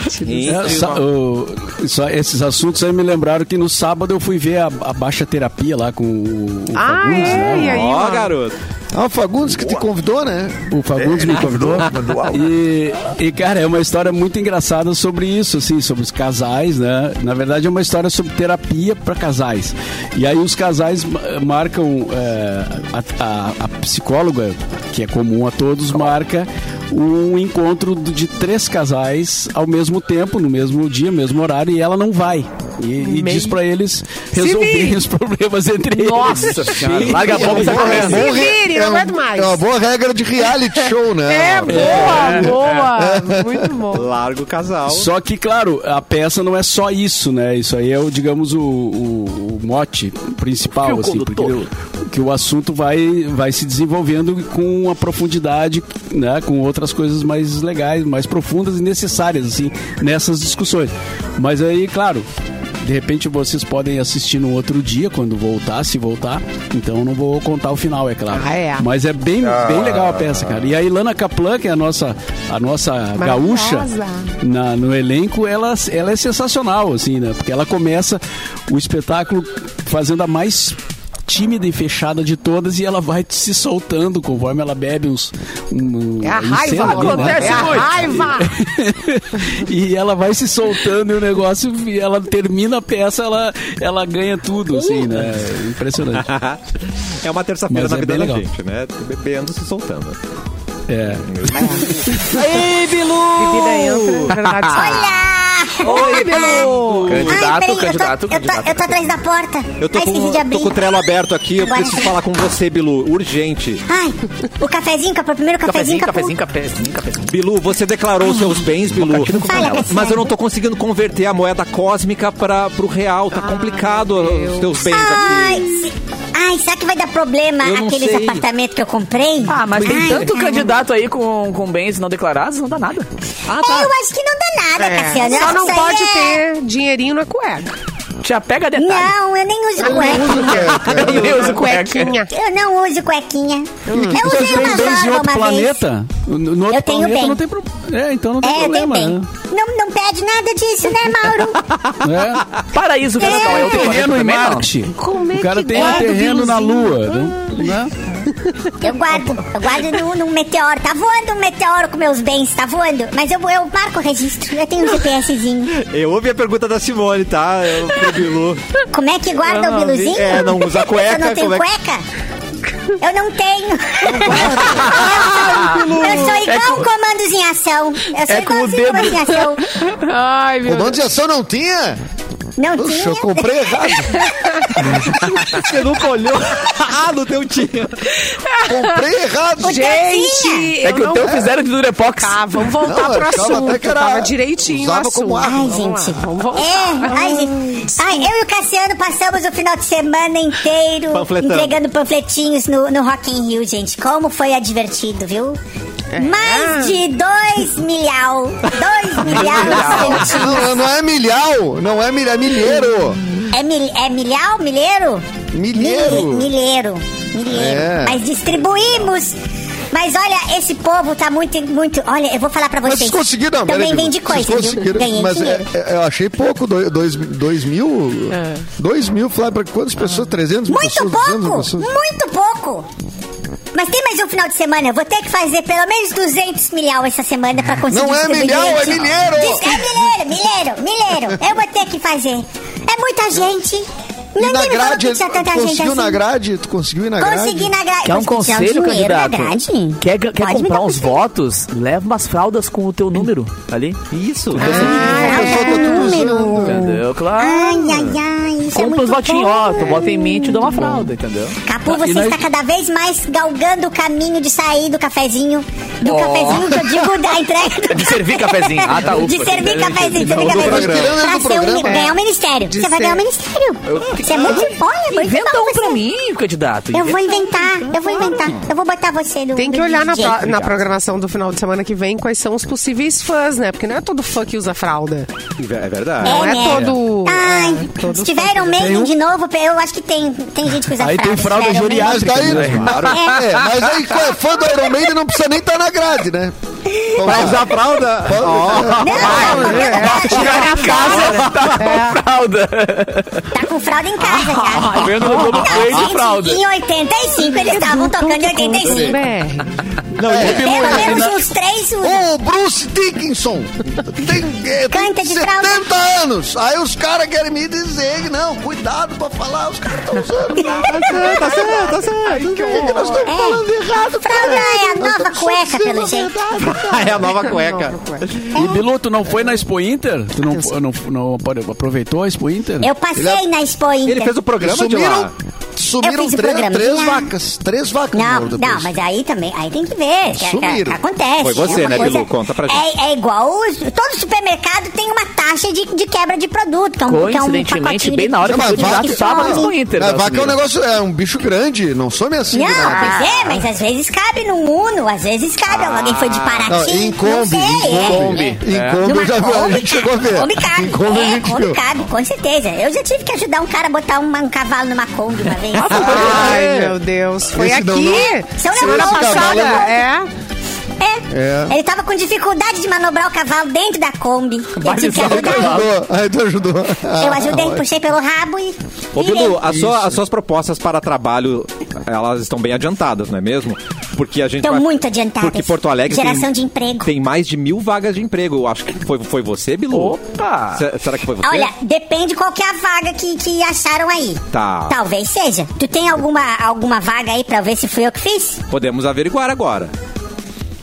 Speaker 2: Gente.
Speaker 4: É, sa- o- só esses assuntos aí me lembraram que no sábado eu fui ver a, a baixa terapia lá com o, o
Speaker 2: Ah,
Speaker 4: Fagundes,
Speaker 2: é?
Speaker 4: né?
Speaker 2: E aí,
Speaker 1: Ó,
Speaker 2: mano?
Speaker 1: garoto.
Speaker 7: Ah, o Fagundes que te convidou, né?
Speaker 4: O
Speaker 6: É.
Speaker 4: Fagundes me convidou.
Speaker 6: Mandou algo.
Speaker 4: E, e, cara, é uma história muito engraçada sobre isso, assim, sobre os casais, né? Na verdade, é uma história sobre terapia para casais. E aí os casais ma- marcam, é, a, a- a psicóloga, que é comum a todos, marca um encontro do- de três casais ao mesmo tempo, no mesmo dia, mesmo horário, e ela não vai. E, e
Speaker 2: Meio-
Speaker 4: diz para eles
Speaker 2: vire.
Speaker 4: resolverem os problemas entre eles.
Speaker 3: Nossa senhora. Larga a bomba e sai
Speaker 7: É
Speaker 3: correndo.
Speaker 7: bom
Speaker 2: Se
Speaker 7: re-
Speaker 2: vire, não
Speaker 7: é um-
Speaker 2: aguento mais.
Speaker 7: É uma boa regra de reality show, né?
Speaker 2: É, boa, boa. Muito bom.
Speaker 1: Larga o casal.
Speaker 4: Só que, claro, a peça não é só isso, né? Isso aí é, o, digamos, o, o- o mote principal,
Speaker 3: Fio
Speaker 4: assim, porque
Speaker 3: condutor.
Speaker 4: o- que o assunto vai, vai se desenvolvendo com uma profundidade, né? Com outras coisas mais legais, mais profundas e necessárias, assim, nessas discussões. Mas aí, claro. De repente vocês podem assistir no outro dia, quando voltar, se voltar. Então eu não vou contar o final, é claro.
Speaker 2: Ah, é.
Speaker 4: Mas é bem, bem legal a peça, cara. E a Ilana Kaplan, que é a nossa, a nossa gaúcha
Speaker 2: Maravilhosa.
Speaker 4: na- no elenco, ela, ela é sensacional, assim, né? Porque ela começa o espetáculo fazendo a mais tímida e fechada de todas e ela vai se soltando conforme ela bebe uns... Um,
Speaker 2: É a
Speaker 4: aí
Speaker 2: raiva,
Speaker 4: cena ali, né?
Speaker 2: acontece é a raiva.
Speaker 4: e ela vai se soltando e o negócio, e ela termina a peça, ela, ela ganha tudo, assim, né? Impressionante.
Speaker 1: É uma terça-feira
Speaker 4: Mas
Speaker 1: na
Speaker 4: é
Speaker 1: vida
Speaker 4: bem
Speaker 1: da
Speaker 4: legal.
Speaker 1: gente, né? Bebendo, se soltando.
Speaker 4: É.
Speaker 2: Bebida entra, na verdade. sai.
Speaker 9: Olá! Oi, Bilu!
Speaker 3: Candidato,
Speaker 9: eu tô-
Speaker 3: candidato,
Speaker 9: eu tô,
Speaker 3: candidato.
Speaker 9: Eu tô atrás da porta.
Speaker 1: Eu tô
Speaker 9: Ai,
Speaker 1: com,
Speaker 9: esqueci de abrir.
Speaker 1: tô com o trelo aberto aqui, eu
Speaker 9: é Agora
Speaker 1: preciso
Speaker 9: sim.
Speaker 1: falar com você, Bilu, urgente.
Speaker 9: Ai, o cafezinho, que é o primeiro
Speaker 3: Cafezinho,
Speaker 9: cafezinho, que é o-
Speaker 3: cafezinho, cafezinho, cafezinho.
Speaker 1: Bilu, você declarou os seus bens, Bilu,
Speaker 9: Fala, Cassiano.
Speaker 1: mas eu não tô conseguindo converter a moeda cósmica para pro real,
Speaker 9: Ah,
Speaker 1: tá complicado os teus bens
Speaker 9: Ai,
Speaker 1: aqui.
Speaker 9: se- Ai, será que vai dar problema
Speaker 1: Eu não
Speaker 9: aqueles
Speaker 1: sei.
Speaker 9: apartamentos que eu comprei?
Speaker 3: Ah, mas tem
Speaker 9: Ai,
Speaker 3: tanto
Speaker 9: cara.
Speaker 3: candidato aí com, com bens não declarados, não dá nada. Ah,
Speaker 9: É,
Speaker 3: tá.
Speaker 9: eu acho que não dá nada, Cassiano. Eu
Speaker 2: Só
Speaker 9: acho
Speaker 2: não
Speaker 9: que isso aí
Speaker 2: pode
Speaker 9: é-
Speaker 2: ter dinheirinho na cueca.
Speaker 3: Já pega detalhe.
Speaker 9: Não, eu nem uso cueca.
Speaker 3: Meu Deus,
Speaker 2: Na
Speaker 3: o cueca.
Speaker 2: cuequinha.
Speaker 9: Eu não uso cuequinha. Eu
Speaker 4: então Você
Speaker 9: usei uma
Speaker 4: tem bens em
Speaker 9: joga
Speaker 4: outro
Speaker 9: uma vez.
Speaker 4: planeta? No no outro
Speaker 9: Eu tenho
Speaker 4: planeta
Speaker 9: bem.
Speaker 4: não tem problema. É, então não tem
Speaker 9: É, eu tenho
Speaker 4: problema.
Speaker 9: bem.
Speaker 4: né?
Speaker 9: Não, não pede nada disso, né, Mauro?
Speaker 4: É.
Speaker 3: Paraíso,
Speaker 9: É,
Speaker 3: Venezuela.
Speaker 9: tem
Speaker 3: Eu tenho
Speaker 4: Terreno em
Speaker 3: também, não.
Speaker 4: Marte.
Speaker 2: Como é
Speaker 4: O cara
Speaker 2: que
Speaker 4: tem um
Speaker 2: guarda o
Speaker 4: terreno na
Speaker 2: biluzinho?
Speaker 4: Lua. né?
Speaker 9: Eu guardo. Eu guardo num, num meteoro. Tá voando um meteoro com meus bens, tá voando? Mas eu, eu marco o registro. Eu tenho um GPSzinho.
Speaker 1: Eu ouvi a pergunta da Simone, tá? Eu, pro Bilu.
Speaker 9: Como é que guarda o biluzinho?
Speaker 1: É, não usa cueca,
Speaker 9: Eu não tenho
Speaker 1: como é que-
Speaker 9: cueca? Eu não tenho. Eu sou, eu sou igual o comandos em ação. Eu sou
Speaker 3: é com o
Speaker 9: igualzinho
Speaker 3: dedo.
Speaker 9: comandos em ação.
Speaker 8: Ai,
Speaker 2: é.
Speaker 8: meu
Speaker 7: Comando de ação não tinha?
Speaker 9: Não
Speaker 7: Puxa, eu
Speaker 9: tinha.
Speaker 7: comprei errado.
Speaker 1: Você nunca olhou. ah, não teu tinha.
Speaker 7: Comprei errado.
Speaker 2: Gente,
Speaker 3: É que
Speaker 2: eu
Speaker 3: o
Speaker 2: não...
Speaker 3: teu fizeram de Durepox.
Speaker 2: Tá, vamos voltar
Speaker 7: Não,
Speaker 2: pro
Speaker 7: eu achava até
Speaker 2: assunto.
Speaker 7: que era-
Speaker 2: Tava direitinho o
Speaker 7: usava
Speaker 2: assunto.
Speaker 7: como arma.
Speaker 9: Ai,
Speaker 2: Vamos
Speaker 9: gente.
Speaker 2: lá, vamos voltar.
Speaker 9: É, ai, gente. Ai, eu e o Cassiano passamos o final de semana inteiro
Speaker 1: Panfletando.
Speaker 9: entregando panfletinhos no, no Rock in Rio, gente. Como foi advertido, viu? É. Mais de dois milhão. Ah. Dois milhão, gente.
Speaker 7: Não, não é milhau, não é milhau, é milheiro.
Speaker 9: É, mil, é milhão, milheiro?
Speaker 7: Milheiro.
Speaker 9: Mil- milheiro. Milheiro.
Speaker 7: É.
Speaker 9: Mas distribuímos. Mas olha, esse povo tá muito, muito... Olha, eu vou falar pra
Speaker 7: Mas
Speaker 9: vocês. Então
Speaker 7: vocês conseguiram, não,
Speaker 9: Também
Speaker 7: peraí,
Speaker 9: vendi
Speaker 7: vocês
Speaker 9: coisa, viu?
Speaker 7: conseguiram,
Speaker 9: Ganhei
Speaker 7: Mas
Speaker 9: dinheiro.
Speaker 7: é- é- eu achei pouco, do- dois, dois mil. Dois mil, Flávio, pra quantas pessoas? 300
Speaker 9: Muito
Speaker 7: pessoas? 200
Speaker 9: pouco!
Speaker 7: pessoas?
Speaker 9: Muito pouco! Mas tem mais um final de semana. Eu vou ter que fazer pelo menos 200 milhão essa semana pra conseguir
Speaker 7: Não é
Speaker 9: distribuir
Speaker 7: milhão, é
Speaker 9: direitinho.
Speaker 7: milheiro!
Speaker 9: Diz- É milheiro, milheiro, milheiro. Eu vou ter que fazer. É muita gente.
Speaker 7: E
Speaker 9: Ninguém
Speaker 7: na
Speaker 9: me falou
Speaker 7: grade,
Speaker 9: que tinha tanta
Speaker 7: tu
Speaker 9: gente
Speaker 7: conseguiu
Speaker 9: assim.
Speaker 7: na grade? Tu conseguiu ir na grade?
Speaker 9: Consegui na grade.
Speaker 3: Quer um
Speaker 9: Consegui tirar um
Speaker 3: conselho,
Speaker 9: dinheiro da
Speaker 3: candidato?
Speaker 9: grade.
Speaker 3: Quer, quer
Speaker 9: Pode me
Speaker 3: comprar
Speaker 9: dar
Speaker 3: uns
Speaker 9: um-
Speaker 3: votos? Leva umas fraldas com o teu número ali.
Speaker 1: Isso.
Speaker 7: Ah,
Speaker 9: um
Speaker 3: Entendeu? Claro.
Speaker 9: Ah. Ai, ai, ai, isso é
Speaker 3: Compra
Speaker 9: muito
Speaker 3: os votinhos, ó. Tu
Speaker 9: bom.
Speaker 3: bota em mente e dá uma fralda, entendeu?
Speaker 9: Capu,
Speaker 3: Ah,
Speaker 9: você está cada vez mais galgando o caminho de sair do cafezinho. Do cafezinho que eu digo da entrega.
Speaker 3: De servir cafezinho. Ah, tá, ufa.
Speaker 9: De servir cafezinho, de
Speaker 3: Não,
Speaker 9: servir
Speaker 7: do
Speaker 9: cafezinho.
Speaker 7: programa.
Speaker 9: Pra
Speaker 7: Do
Speaker 9: ser um,
Speaker 7: programa.
Speaker 9: mi- ganhar um ministério.
Speaker 2: é. De
Speaker 9: você vai
Speaker 2: ser-
Speaker 9: ganhar um ministério. Você é muito bom, é muito
Speaker 3: Inventa
Speaker 9: bom
Speaker 3: um
Speaker 9: você.
Speaker 3: pra mim, um. candidato.
Speaker 9: Eu vou inventar, eu vou inventar. Eu vou botar você no.
Speaker 2: Tem que
Speaker 9: no
Speaker 2: olhar na,
Speaker 9: DJ.
Speaker 2: pro- na programação do final de semana que vem quais são os possíveis fãs, né? Porque não é todo fã que usa fralda.
Speaker 1: É verdade.
Speaker 9: É,
Speaker 2: Não é
Speaker 9: né?
Speaker 2: todo.
Speaker 9: Ai,
Speaker 2: é, todo
Speaker 9: se tiver Iron Maiden de novo, eu acho que tem, tem gente que usa
Speaker 4: Aí tem
Speaker 9: fralda
Speaker 4: fralda
Speaker 9: se tiver Iron Maiden.
Speaker 7: Mas
Speaker 4: geriátrica.
Speaker 7: daí,
Speaker 4: né?
Speaker 7: é, mas aí qual é fã do Iron Maiden não precisa nem estar na grade, né? Então,
Speaker 1: Vai usar fralda?
Speaker 9: né? Não,
Speaker 3: Ah, é, né? Chegar em casa, tá com fralda.
Speaker 9: Tá com fralda em
Speaker 3: Ah,
Speaker 9: casa, cara.
Speaker 3: Vendo no Globo Play de fralda.
Speaker 9: Em 85 eles estavam tocando em 85.
Speaker 2: BR.
Speaker 1: Não,
Speaker 9: É.
Speaker 1: e Bilu,
Speaker 9: Pelo menos uns três usam.
Speaker 7: Ô, Bruce Dickinson! Tem, é, tem
Speaker 9: Canta de
Speaker 7: 70
Speaker 9: fralda.
Speaker 7: anos! Aí os caras querem me dizer que não, cuidado pra falar, os caras estão usando.
Speaker 1: tá certo, tá certo.
Speaker 7: Por que que nós estamos
Speaker 9: É.
Speaker 7: falando errado,
Speaker 9: Fralda é a nova
Speaker 7: Nós estamos
Speaker 9: cueca,
Speaker 7: dizendo
Speaker 9: pelo
Speaker 7: a
Speaker 9: jeito.
Speaker 7: verdade, cara.
Speaker 1: É a nova cueca.
Speaker 4: E Bilu, tu não foi na Expo Inter? Tu não, não, não aproveitou a Expo Inter?
Speaker 9: Eu passei na Expo Inter.
Speaker 1: Ele fez o programa é de lá.
Speaker 7: Sumiram, sumiram
Speaker 9: Eu fiz o
Speaker 7: três,
Speaker 9: programa.
Speaker 7: três
Speaker 9: Não.
Speaker 7: vacas. Três vacas
Speaker 9: Não,
Speaker 7: Mauro,
Speaker 9: não,
Speaker 7: depois.
Speaker 9: mas aí também, aí tem que ver. que- que- que
Speaker 7: Sumiram.
Speaker 9: acontece.
Speaker 1: Foi você,
Speaker 9: uma
Speaker 1: né, Bilu? Conta pra gente.
Speaker 9: É, é igual, os- todo supermercado tem uma taxa de, de quebra de produto. Que é um, que é um
Speaker 3: Coincidentemente,
Speaker 9: pacotinho
Speaker 3: bem
Speaker 9: de-
Speaker 3: na hora
Speaker 7: Não,
Speaker 3: que
Speaker 7: mas
Speaker 3: o
Speaker 7: vaca,
Speaker 3: candidato estava na Expo Inter.
Speaker 7: Mas
Speaker 3: né,
Speaker 7: vaca é um
Speaker 3: Samira?
Speaker 7: negócio, é um bicho grande, não some assim.
Speaker 9: Não,
Speaker 7: né?
Speaker 9: pois é, mas às vezes cabe num Uno, às vezes cabe. Alguém foi de
Speaker 3: Ah.
Speaker 9: Paraty,
Speaker 7: Não, em Kombi,
Speaker 9: assim, não sei, é.
Speaker 7: em Kombi. Em Kombi,
Speaker 9: Numa
Speaker 7: eu já vi, a
Speaker 9: Kombi
Speaker 7: gente chegou a ver.
Speaker 9: Kombi cabe,
Speaker 7: Em Kombi a
Speaker 9: é,
Speaker 7: gente
Speaker 9: Kombi
Speaker 7: viu.
Speaker 9: cabe, com certeza. Eu já tive que ajudar um cara a botar uma- um cavalo numa Kombi uma vez. Ah.
Speaker 2: Ai, meu Deus. Foi
Speaker 7: Esse
Speaker 2: aqui.
Speaker 7: não, não.
Speaker 9: Seu
Speaker 2: Semana
Speaker 9: Leopoldo.
Speaker 2: passada.
Speaker 9: Cavalo
Speaker 7: né?
Speaker 2: É.
Speaker 9: É. Ele tava com dificuldade de manobrar o cavalo dentro da Kombi. Eu tive que
Speaker 3: Batizado
Speaker 9: ajudar.
Speaker 3: o cavalo.
Speaker 7: Ajudou, aí tu ajudou.
Speaker 9: Tá
Speaker 7: Ah,
Speaker 9: Eu
Speaker 7: tá
Speaker 9: ajudei, puxei pelo rabo e.
Speaker 1: Ô,
Speaker 9: virei.
Speaker 1: Bilu, a sua- as suas propostas para trabalho, elas estão bem adiantadas, não é mesmo? Porque a gente
Speaker 9: Estão
Speaker 1: vai-
Speaker 9: muito adiantadas.
Speaker 1: Porque Porto Alegre
Speaker 9: Geração
Speaker 1: tem,
Speaker 9: de emprego.
Speaker 1: tem mais de mil vagas de emprego. Eu acho que foi, foi você, Bilu?
Speaker 3: Opa!
Speaker 1: Se- será que foi você?
Speaker 9: Olha, depende qual que é a vaga que, que acharam aí.
Speaker 1: Tá.
Speaker 9: Talvez seja. Tu tem alguma, alguma vaga aí pra ver se fui eu que fiz?
Speaker 1: Podemos averiguar agora.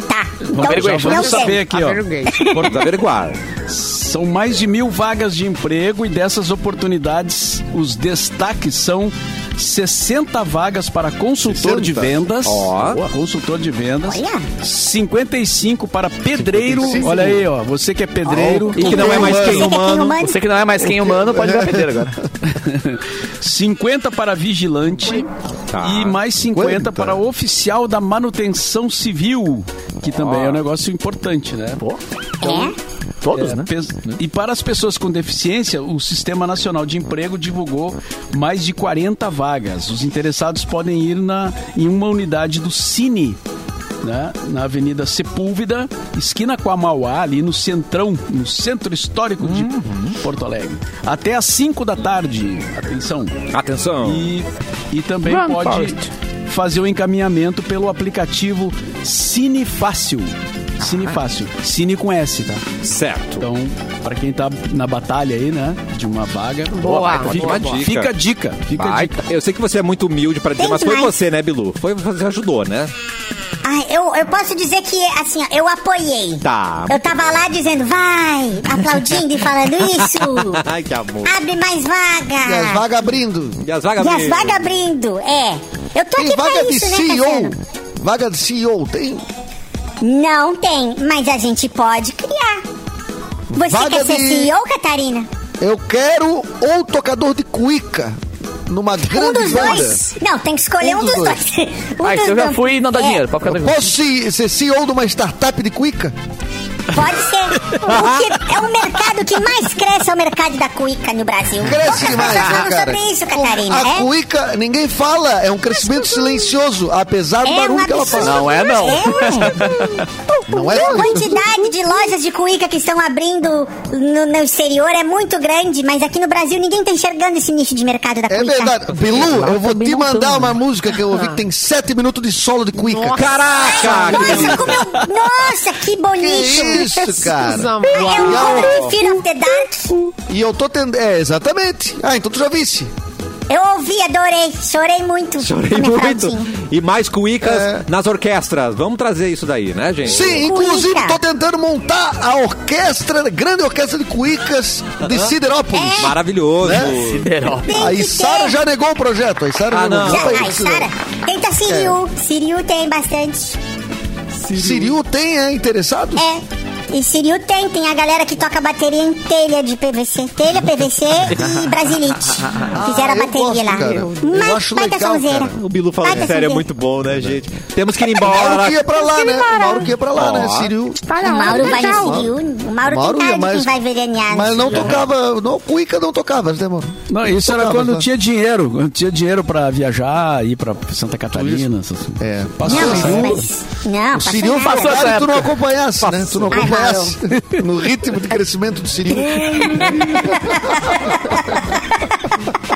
Speaker 9: Tá, tá. Então,
Speaker 3: ver, Guerreiro,
Speaker 9: não
Speaker 4: vamos
Speaker 9: sei.
Speaker 2: Ah,
Speaker 4: saber aqui, ó.
Speaker 2: Averiguei.
Speaker 4: Por-
Speaker 1: Averiguar.
Speaker 4: São mais de mil vagas de emprego e dessas oportunidades, os destaques são 60 vagas para consultor
Speaker 6: 60?
Speaker 4: de vendas.
Speaker 1: Ó.
Speaker 4: Boa, Consultor de vendas.
Speaker 9: Olha.
Speaker 4: 55 para pedreiro. Olha aí, ó. Você que é pedreiro.
Speaker 1: E que não é mais quem
Speaker 9: Você que é quem
Speaker 1: humano.
Speaker 9: humano?
Speaker 3: Você que não é mais quem humano, pode virar pedreiro agora.
Speaker 4: 50 para vigilante
Speaker 3: Tá.
Speaker 4: e mais 50
Speaker 6: Quarenta.
Speaker 4: para oficial da manutenção civil, que também é um negócio importante, né?
Speaker 3: Todos,
Speaker 4: É,
Speaker 3: né?
Speaker 4: pes- E para as pessoas com deficiência, o Sistema Nacional de Emprego divulgou mais de 40 vagas. Os interessados podem ir na, em uma unidade do Cine, né, na Avenida Sepúlveda, esquina com a Mauá, ali no Centrão, no Centro Histórico de
Speaker 3: Uhum.
Speaker 4: Porto Alegre. Até às 5 da tarde. Atenção.
Speaker 1: Atenção.
Speaker 4: E, e também
Speaker 3: Run,
Speaker 4: pode
Speaker 3: Forrest.
Speaker 4: fazer o encaminhamento pelo aplicativo Cine Fácil. Cine Fácil. Cine com S, tá?
Speaker 1: Certo.
Speaker 4: Então, pra quem tá na batalha aí, né? De uma vaga.
Speaker 2: Boa,
Speaker 4: fica,
Speaker 1: boa, boa.
Speaker 4: fica a dica. Fica a
Speaker 1: Vai.
Speaker 4: dica.
Speaker 1: Eu sei que você é muito humilde pra dizer,
Speaker 9: Tem
Speaker 1: mas foi
Speaker 9: demais.
Speaker 1: você, né, Bilu? Foi você ajudou, né?
Speaker 9: Ai, eu, eu posso dizer que, assim, ó, eu apoiei.
Speaker 1: Tá.
Speaker 9: Eu tava lá dizendo, vai, aplaudindo e falando isso.
Speaker 1: Ai, que amor.
Speaker 9: Abre mais
Speaker 7: E as
Speaker 9: vaga.
Speaker 7: vagas abrindo.
Speaker 1: E as vagas
Speaker 9: E as
Speaker 1: mesmo?
Speaker 9: vagas abrindo. É. Eu tô
Speaker 7: Tem
Speaker 9: aqui pra
Speaker 7: vaga de
Speaker 9: isso, né,
Speaker 7: CEO.
Speaker 9: Cassiano?
Speaker 7: Vaga de CEO, tem.
Speaker 9: Não tem, mas a gente pode criar. Você
Speaker 7: Vaga
Speaker 9: quer ser
Speaker 7: de-
Speaker 9: CEO, Catarina? Um
Speaker 7: Eu quero ou tocador de cuica numa
Speaker 9: Um
Speaker 7: grande
Speaker 9: dos
Speaker 7: banda.
Speaker 9: dois. Não, tem que escolher
Speaker 7: Um
Speaker 9: um,
Speaker 7: dos
Speaker 9: dos
Speaker 7: dois.
Speaker 9: dois. um
Speaker 3: Ah,
Speaker 9: dos
Speaker 3: então eu já
Speaker 9: dois.
Speaker 3: fui e não dá
Speaker 9: É,
Speaker 3: dinheiro. Pode ficar
Speaker 7: Eu
Speaker 3: tranquilo.
Speaker 7: posso se- ser CEO de uma startup de cuica?
Speaker 9: Pode ser. O que é o mercado que mais cresce é o mercado da cuíca no Brasil.
Speaker 7: Cresce
Speaker 9: Poucas
Speaker 7: demais,
Speaker 9: pessoas
Speaker 7: né,
Speaker 9: falam
Speaker 7: cara?
Speaker 9: sobre isso, Catarina.
Speaker 7: A
Speaker 9: é?
Speaker 7: cuica, ninguém fala, é um crescimento silencioso, apesar do
Speaker 9: É
Speaker 7: barulho
Speaker 9: um
Speaker 7: que ela
Speaker 9: absurdo.
Speaker 7: faz.
Speaker 3: Não é, não.
Speaker 7: Não é?
Speaker 9: A quantidade de lojas de cuíca que estão abrindo no, no exterior é muito grande, mas aqui no Brasil ninguém tá enxergando esse nicho de mercado da
Speaker 7: É
Speaker 9: cuíca.
Speaker 7: verdade. Bilu, eu vou te
Speaker 8: não
Speaker 7: mandar
Speaker 8: tão,
Speaker 7: uma música que eu ouvi que tem sete minutos de solo de cuica.
Speaker 1: Caraca! que delícia.
Speaker 9: Nossa, como eu... Nossa, que
Speaker 7: Que
Speaker 9: bonito!
Speaker 7: isso, cara?
Speaker 2: Zamba.
Speaker 9: É um cover de Fear of the Dark.
Speaker 7: E eu tô tendo. É, exatamente. Ah, então tu já visse.
Speaker 9: Eu ouvi, adorei. Chorei muito. é
Speaker 1: Chorei
Speaker 9: com a minha
Speaker 1: muito.
Speaker 9: fraldinha.
Speaker 1: E mais cuicas
Speaker 7: É.
Speaker 1: nas orquestras. Vamos trazer isso daí, né, gente?
Speaker 7: Sim, inclusive tô tentando montar a orquestra, a grande orquestra de cuicas de Siderópolis.
Speaker 1: É, Maravilhoso.
Speaker 7: Né?
Speaker 9: Tá
Speaker 3: Herói.
Speaker 9: Tem
Speaker 7: A
Speaker 9: que
Speaker 7: Sara
Speaker 9: ter.
Speaker 7: já negou o projeto. A Sara
Speaker 1: Ah,
Speaker 7: já
Speaker 1: não.
Speaker 7: negou.
Speaker 9: Já,
Speaker 7: Opa,
Speaker 9: ai,
Speaker 7: isso.
Speaker 9: Sara. Tenta Siriu.
Speaker 7: É.
Speaker 9: Siriu tem bastante.
Speaker 7: Siriu tem, é, interessado?
Speaker 9: É. E Siriu tem. Tem a galera que toca bateria em telha de PVC. Telha, PVC e brasilite. Fizeram a
Speaker 7: eu
Speaker 9: bateria
Speaker 7: gosto,
Speaker 9: lá.
Speaker 7: cara. Eu
Speaker 9: Mas
Speaker 7: acho
Speaker 9: baita
Speaker 7: legal,
Speaker 9: sonzeira.
Speaker 7: cara.
Speaker 1: O Bilu falando
Speaker 9: Baita
Speaker 1: sério é
Speaker 9: sonzeira.
Speaker 1: muito bom, né, gente? Temos que ir
Speaker 7: O Mauro
Speaker 1: embora.
Speaker 7: que ia pra lá, né? O Mauro que ia pra lá, né?
Speaker 1: Ó.
Speaker 7: Siriu.
Speaker 9: O
Speaker 2: é
Speaker 9: Mauro vai no Siriu. O Mauro,
Speaker 7: Mauro ia,
Speaker 9: tem cara de
Speaker 7: mas-
Speaker 9: quem vai veranear.
Speaker 7: Mas
Speaker 1: É.
Speaker 7: não tocava, não, cuica não tocava, né, mano?
Speaker 4: Não, isso era
Speaker 7: Tocava,
Speaker 4: quando
Speaker 7: tá?
Speaker 4: tinha dinheiro. Quando tinha dinheiro pra viajar, ir pra Santa Catarina. essas-
Speaker 7: É.
Speaker 4: Passou
Speaker 9: Não,
Speaker 4: assim.
Speaker 9: mas... mas não,
Speaker 7: O
Speaker 9: passou
Speaker 7: Siriu
Speaker 9: nada.
Speaker 7: passou e tu não acompanhasse, né? Tu não
Speaker 9: Ai,
Speaker 7: acompanhasse no ritmo de crescimento do Siriu.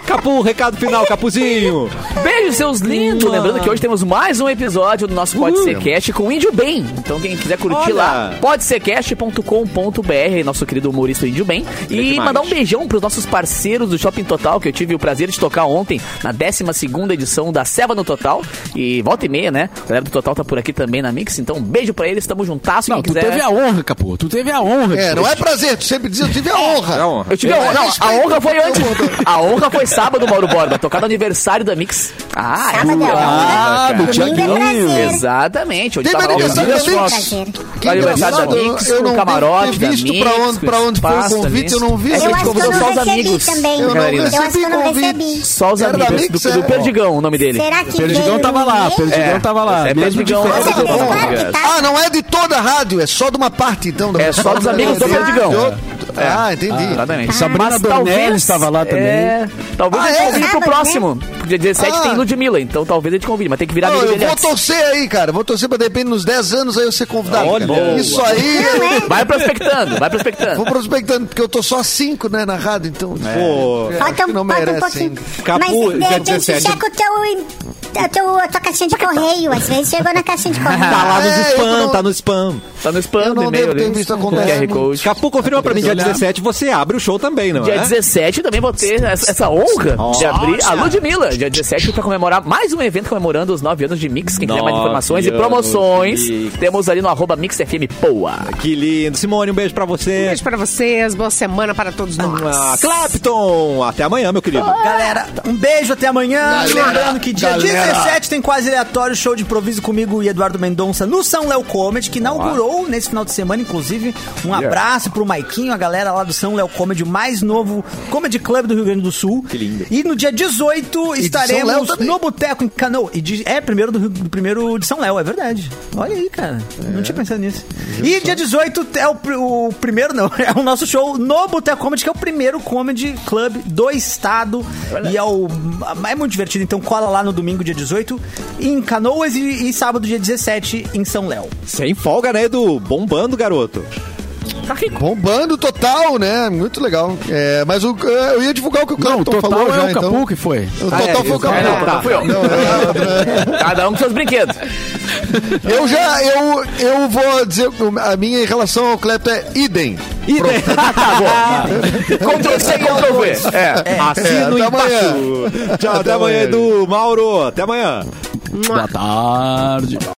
Speaker 1: Capu, recado final, Capuzinho.
Speaker 3: Beijo, seus lindos! Lembrando que hoje temos mais um episódio do nosso Pode Ser Cast com o Índio Bem. Então, quem quiser curtir
Speaker 1: Olha!
Speaker 3: lá, podsercast.com.br, nosso querido humorista Índio Bem. E
Speaker 1: demais.
Speaker 3: mandar um beijão pros nossos parceiros do Shopping Total, que eu tive o prazer de tocar ontem na 12 edição da Ceva no Total. E volta e meia, né? A galera do Total tá por aqui também na Mix. Então, um beijo pra eles, tamo juntasso.
Speaker 4: Não,
Speaker 3: quem
Speaker 4: tu
Speaker 3: quiser.
Speaker 4: teve a honra, Capô. Tu teve a honra.
Speaker 7: É,
Speaker 4: de-
Speaker 7: não é prazer, tu sempre diz, eu tive a honra.
Speaker 1: É honra.
Speaker 3: Eu tive a honra. Não, a honra foi antes. A honra foi sábado, Mauro Borba. Tocar no aniversário da Mix. Ah, é
Speaker 9: Sábado é
Speaker 3: legal,
Speaker 9: honra,
Speaker 3: né,
Speaker 4: Ah,
Speaker 3: cara?
Speaker 4: do
Speaker 9: Domingo é
Speaker 4: Tiaguinho.
Speaker 9: prazer.
Speaker 3: Exatamente. Onde
Speaker 7: Teve
Speaker 3: tava
Speaker 7: aniversário
Speaker 3: o-
Speaker 7: da Mix?
Speaker 9: Prazer.
Speaker 3: Olha,
Speaker 7: Que
Speaker 3: o aniversário
Speaker 7: engraçado,
Speaker 3: da Mix,
Speaker 7: eu
Speaker 3: com
Speaker 7: não
Speaker 3: o camarote
Speaker 7: devo ter
Speaker 3: da
Speaker 7: visto
Speaker 3: Mix,
Speaker 7: pra onde,
Speaker 3: com
Speaker 7: pra onde foi o
Speaker 3: espaço
Speaker 7: convite,
Speaker 3: ali.
Speaker 7: eu tá- não vi.
Speaker 3: É,
Speaker 7: se
Speaker 9: Eu
Speaker 3: gente
Speaker 9: acho que
Speaker 3: convidou
Speaker 9: eu
Speaker 3: só
Speaker 9: não
Speaker 3: os
Speaker 9: recebi
Speaker 3: amigos.
Speaker 7: Eu
Speaker 9: também.
Speaker 7: não
Speaker 3: Catarina.
Speaker 9: Eu acho que eu não
Speaker 7: recebi
Speaker 9: recebi.
Speaker 7: convite.
Speaker 3: Só os
Speaker 7: Era da
Speaker 3: amigos
Speaker 7: Mix,
Speaker 3: do, do
Speaker 7: é?
Speaker 3: Perdigão, o nome dele.
Speaker 9: Será que
Speaker 4: Perdigão
Speaker 9: veio
Speaker 4: tava lá,
Speaker 9: ninguém?
Speaker 4: Perdigão tava lá.
Speaker 3: É
Speaker 4: mesmo de
Speaker 3: Perdigão,
Speaker 9: Com
Speaker 4: fora.
Speaker 3: Perdigão.
Speaker 9: certeza, claro que tá.
Speaker 7: Ah, não é de toda a rádio, é só de uma parte, então. da-
Speaker 3: É só dos amigos do
Speaker 7: de-
Speaker 3: Perdigão. tá
Speaker 7: de outro- Ah, entendi.
Speaker 3: Exatamente.
Speaker 4: Sabrina
Speaker 3: é? Mas
Speaker 4: Dornelles
Speaker 3: talvez-
Speaker 4: estava lá também.
Speaker 3: É, talvez
Speaker 7: Ah,
Speaker 3: a gente
Speaker 7: é?
Speaker 3: convide pro
Speaker 9: Sábado,
Speaker 3: próximo. Dia 17
Speaker 7: Ah.
Speaker 3: tem Ludmilla, então talvez a gente convide, mas tem que virar
Speaker 7: Não,
Speaker 3: amigo
Speaker 7: eu
Speaker 3: dele
Speaker 7: vou
Speaker 3: antes.
Speaker 7: torcer aí, cara. Vou torcer pra de repente nos 10 anos aí eu ser convidado.
Speaker 1: Olha.
Speaker 7: cara. Isso aí.
Speaker 3: Vai prospectando, vai
Speaker 7: Vou
Speaker 3: prospectando.
Speaker 7: prospectando, porque eu tô só 5, né, na rádio, então.
Speaker 1: Pô.
Speaker 7: É, acho
Speaker 9: Falta
Speaker 7: que
Speaker 9: um,
Speaker 7: não
Speaker 9: falta um
Speaker 7: merece
Speaker 9: pouquinho.
Speaker 7: ainda.
Speaker 1: Capu,
Speaker 9: Mas de
Speaker 1: dia
Speaker 9: repente
Speaker 1: 17.
Speaker 9: checa o teu a, teu- a tua caixinha de correio. Às vezes chegou na caixinha de correio.
Speaker 1: Tá lá nos
Speaker 7: É, eu
Speaker 1: spam,
Speaker 7: não-
Speaker 1: tá no spam.
Speaker 3: Tá no spam
Speaker 7: Eu
Speaker 3: do
Speaker 7: não
Speaker 3: e-mail
Speaker 7: devo ter
Speaker 3: ali.
Speaker 7: visto
Speaker 3: com
Speaker 7: acontecer
Speaker 3: QR
Speaker 7: muito.
Speaker 3: Code.
Speaker 1: Capu, confirma pra mim, dia
Speaker 7: Olhar.
Speaker 1: 17 você abre o show também, não
Speaker 3: Dia
Speaker 7: né?
Speaker 1: é?
Speaker 3: 17 também vou ter essa essa honra de
Speaker 1: Nossa.
Speaker 3: abrir a Ludmilla. Dia 17 pra comemorar mais um evento comemorando os 9 anos de Mix. Quem quiser mais
Speaker 1: Nove
Speaker 3: informações e
Speaker 1: anos
Speaker 3: promoções,
Speaker 1: de Mix.
Speaker 3: temos ali no arroba MixFMPoa.
Speaker 1: Que lindo. Simone, um beijo pra
Speaker 2: Um
Speaker 1: você.
Speaker 2: beijo pra vocês, boa semana para todos
Speaker 1: Ah,
Speaker 2: nós.
Speaker 1: Clapton, até amanhã, meu querido.
Speaker 5: Galera, um beijo, até amanhã.
Speaker 7: Galera,
Speaker 5: Lembrando que dia
Speaker 7: galera.
Speaker 5: 17 tem quase aleatório show de improviso comigo e Eduardo Mendonça no São Léo Comedy, que inaugurou nesse final de semana, inclusive. Um abraço pro Maiquinho, a galera lá do São Léo Comedy, o mais novo Comedy Club do Rio Grande do Sul. Que
Speaker 1: lindo.
Speaker 5: E no dia 18
Speaker 7: Léo
Speaker 5: estaremos
Speaker 7: também.
Speaker 5: no Boteco em Canoa. E de- é, primeiro do, Rio- do primeiro de São Léo, é verdade. Olha aí, cara. Não tinha pensado nisso. E dia 18 é o, pr- o primeiro, não, é o nosso show no Boteco Comedy, que é o primeiro comedy club do estado. E é, o, é muito divertido, então cola lá no domingo, dia 18, em Canoas e, e sábado, dia 17, em São Léo.
Speaker 1: Sem folga, né, Edu? Bombando, garoto.
Speaker 7: Tá Bombando total, né? Muito legal. É, mas o- eu ia divulgar o que o
Speaker 4: Não, o
Speaker 7: Clapton
Speaker 4: total
Speaker 7: falou
Speaker 4: é
Speaker 7: já,
Speaker 4: o Capu
Speaker 7: então.
Speaker 4: que foi.
Speaker 7: O total foi o Capu.
Speaker 3: É, não,
Speaker 1: tá.
Speaker 3: fui eu.
Speaker 7: Não, é,
Speaker 3: Cada um com seus brinquedos.
Speaker 7: Eu já, eu, eu vou dizer, a minha em relação ao Clepto é idem.
Speaker 1: Idem.
Speaker 7: Ah.
Speaker 3: Ctrl C, Ctrl V. É.
Speaker 1: Assino
Speaker 7: É, até
Speaker 1: embaixo.
Speaker 7: amanhã.
Speaker 1: Tchau, até, amanhã, Edu. Mauro, até amanhã.
Speaker 4: Boa tarde.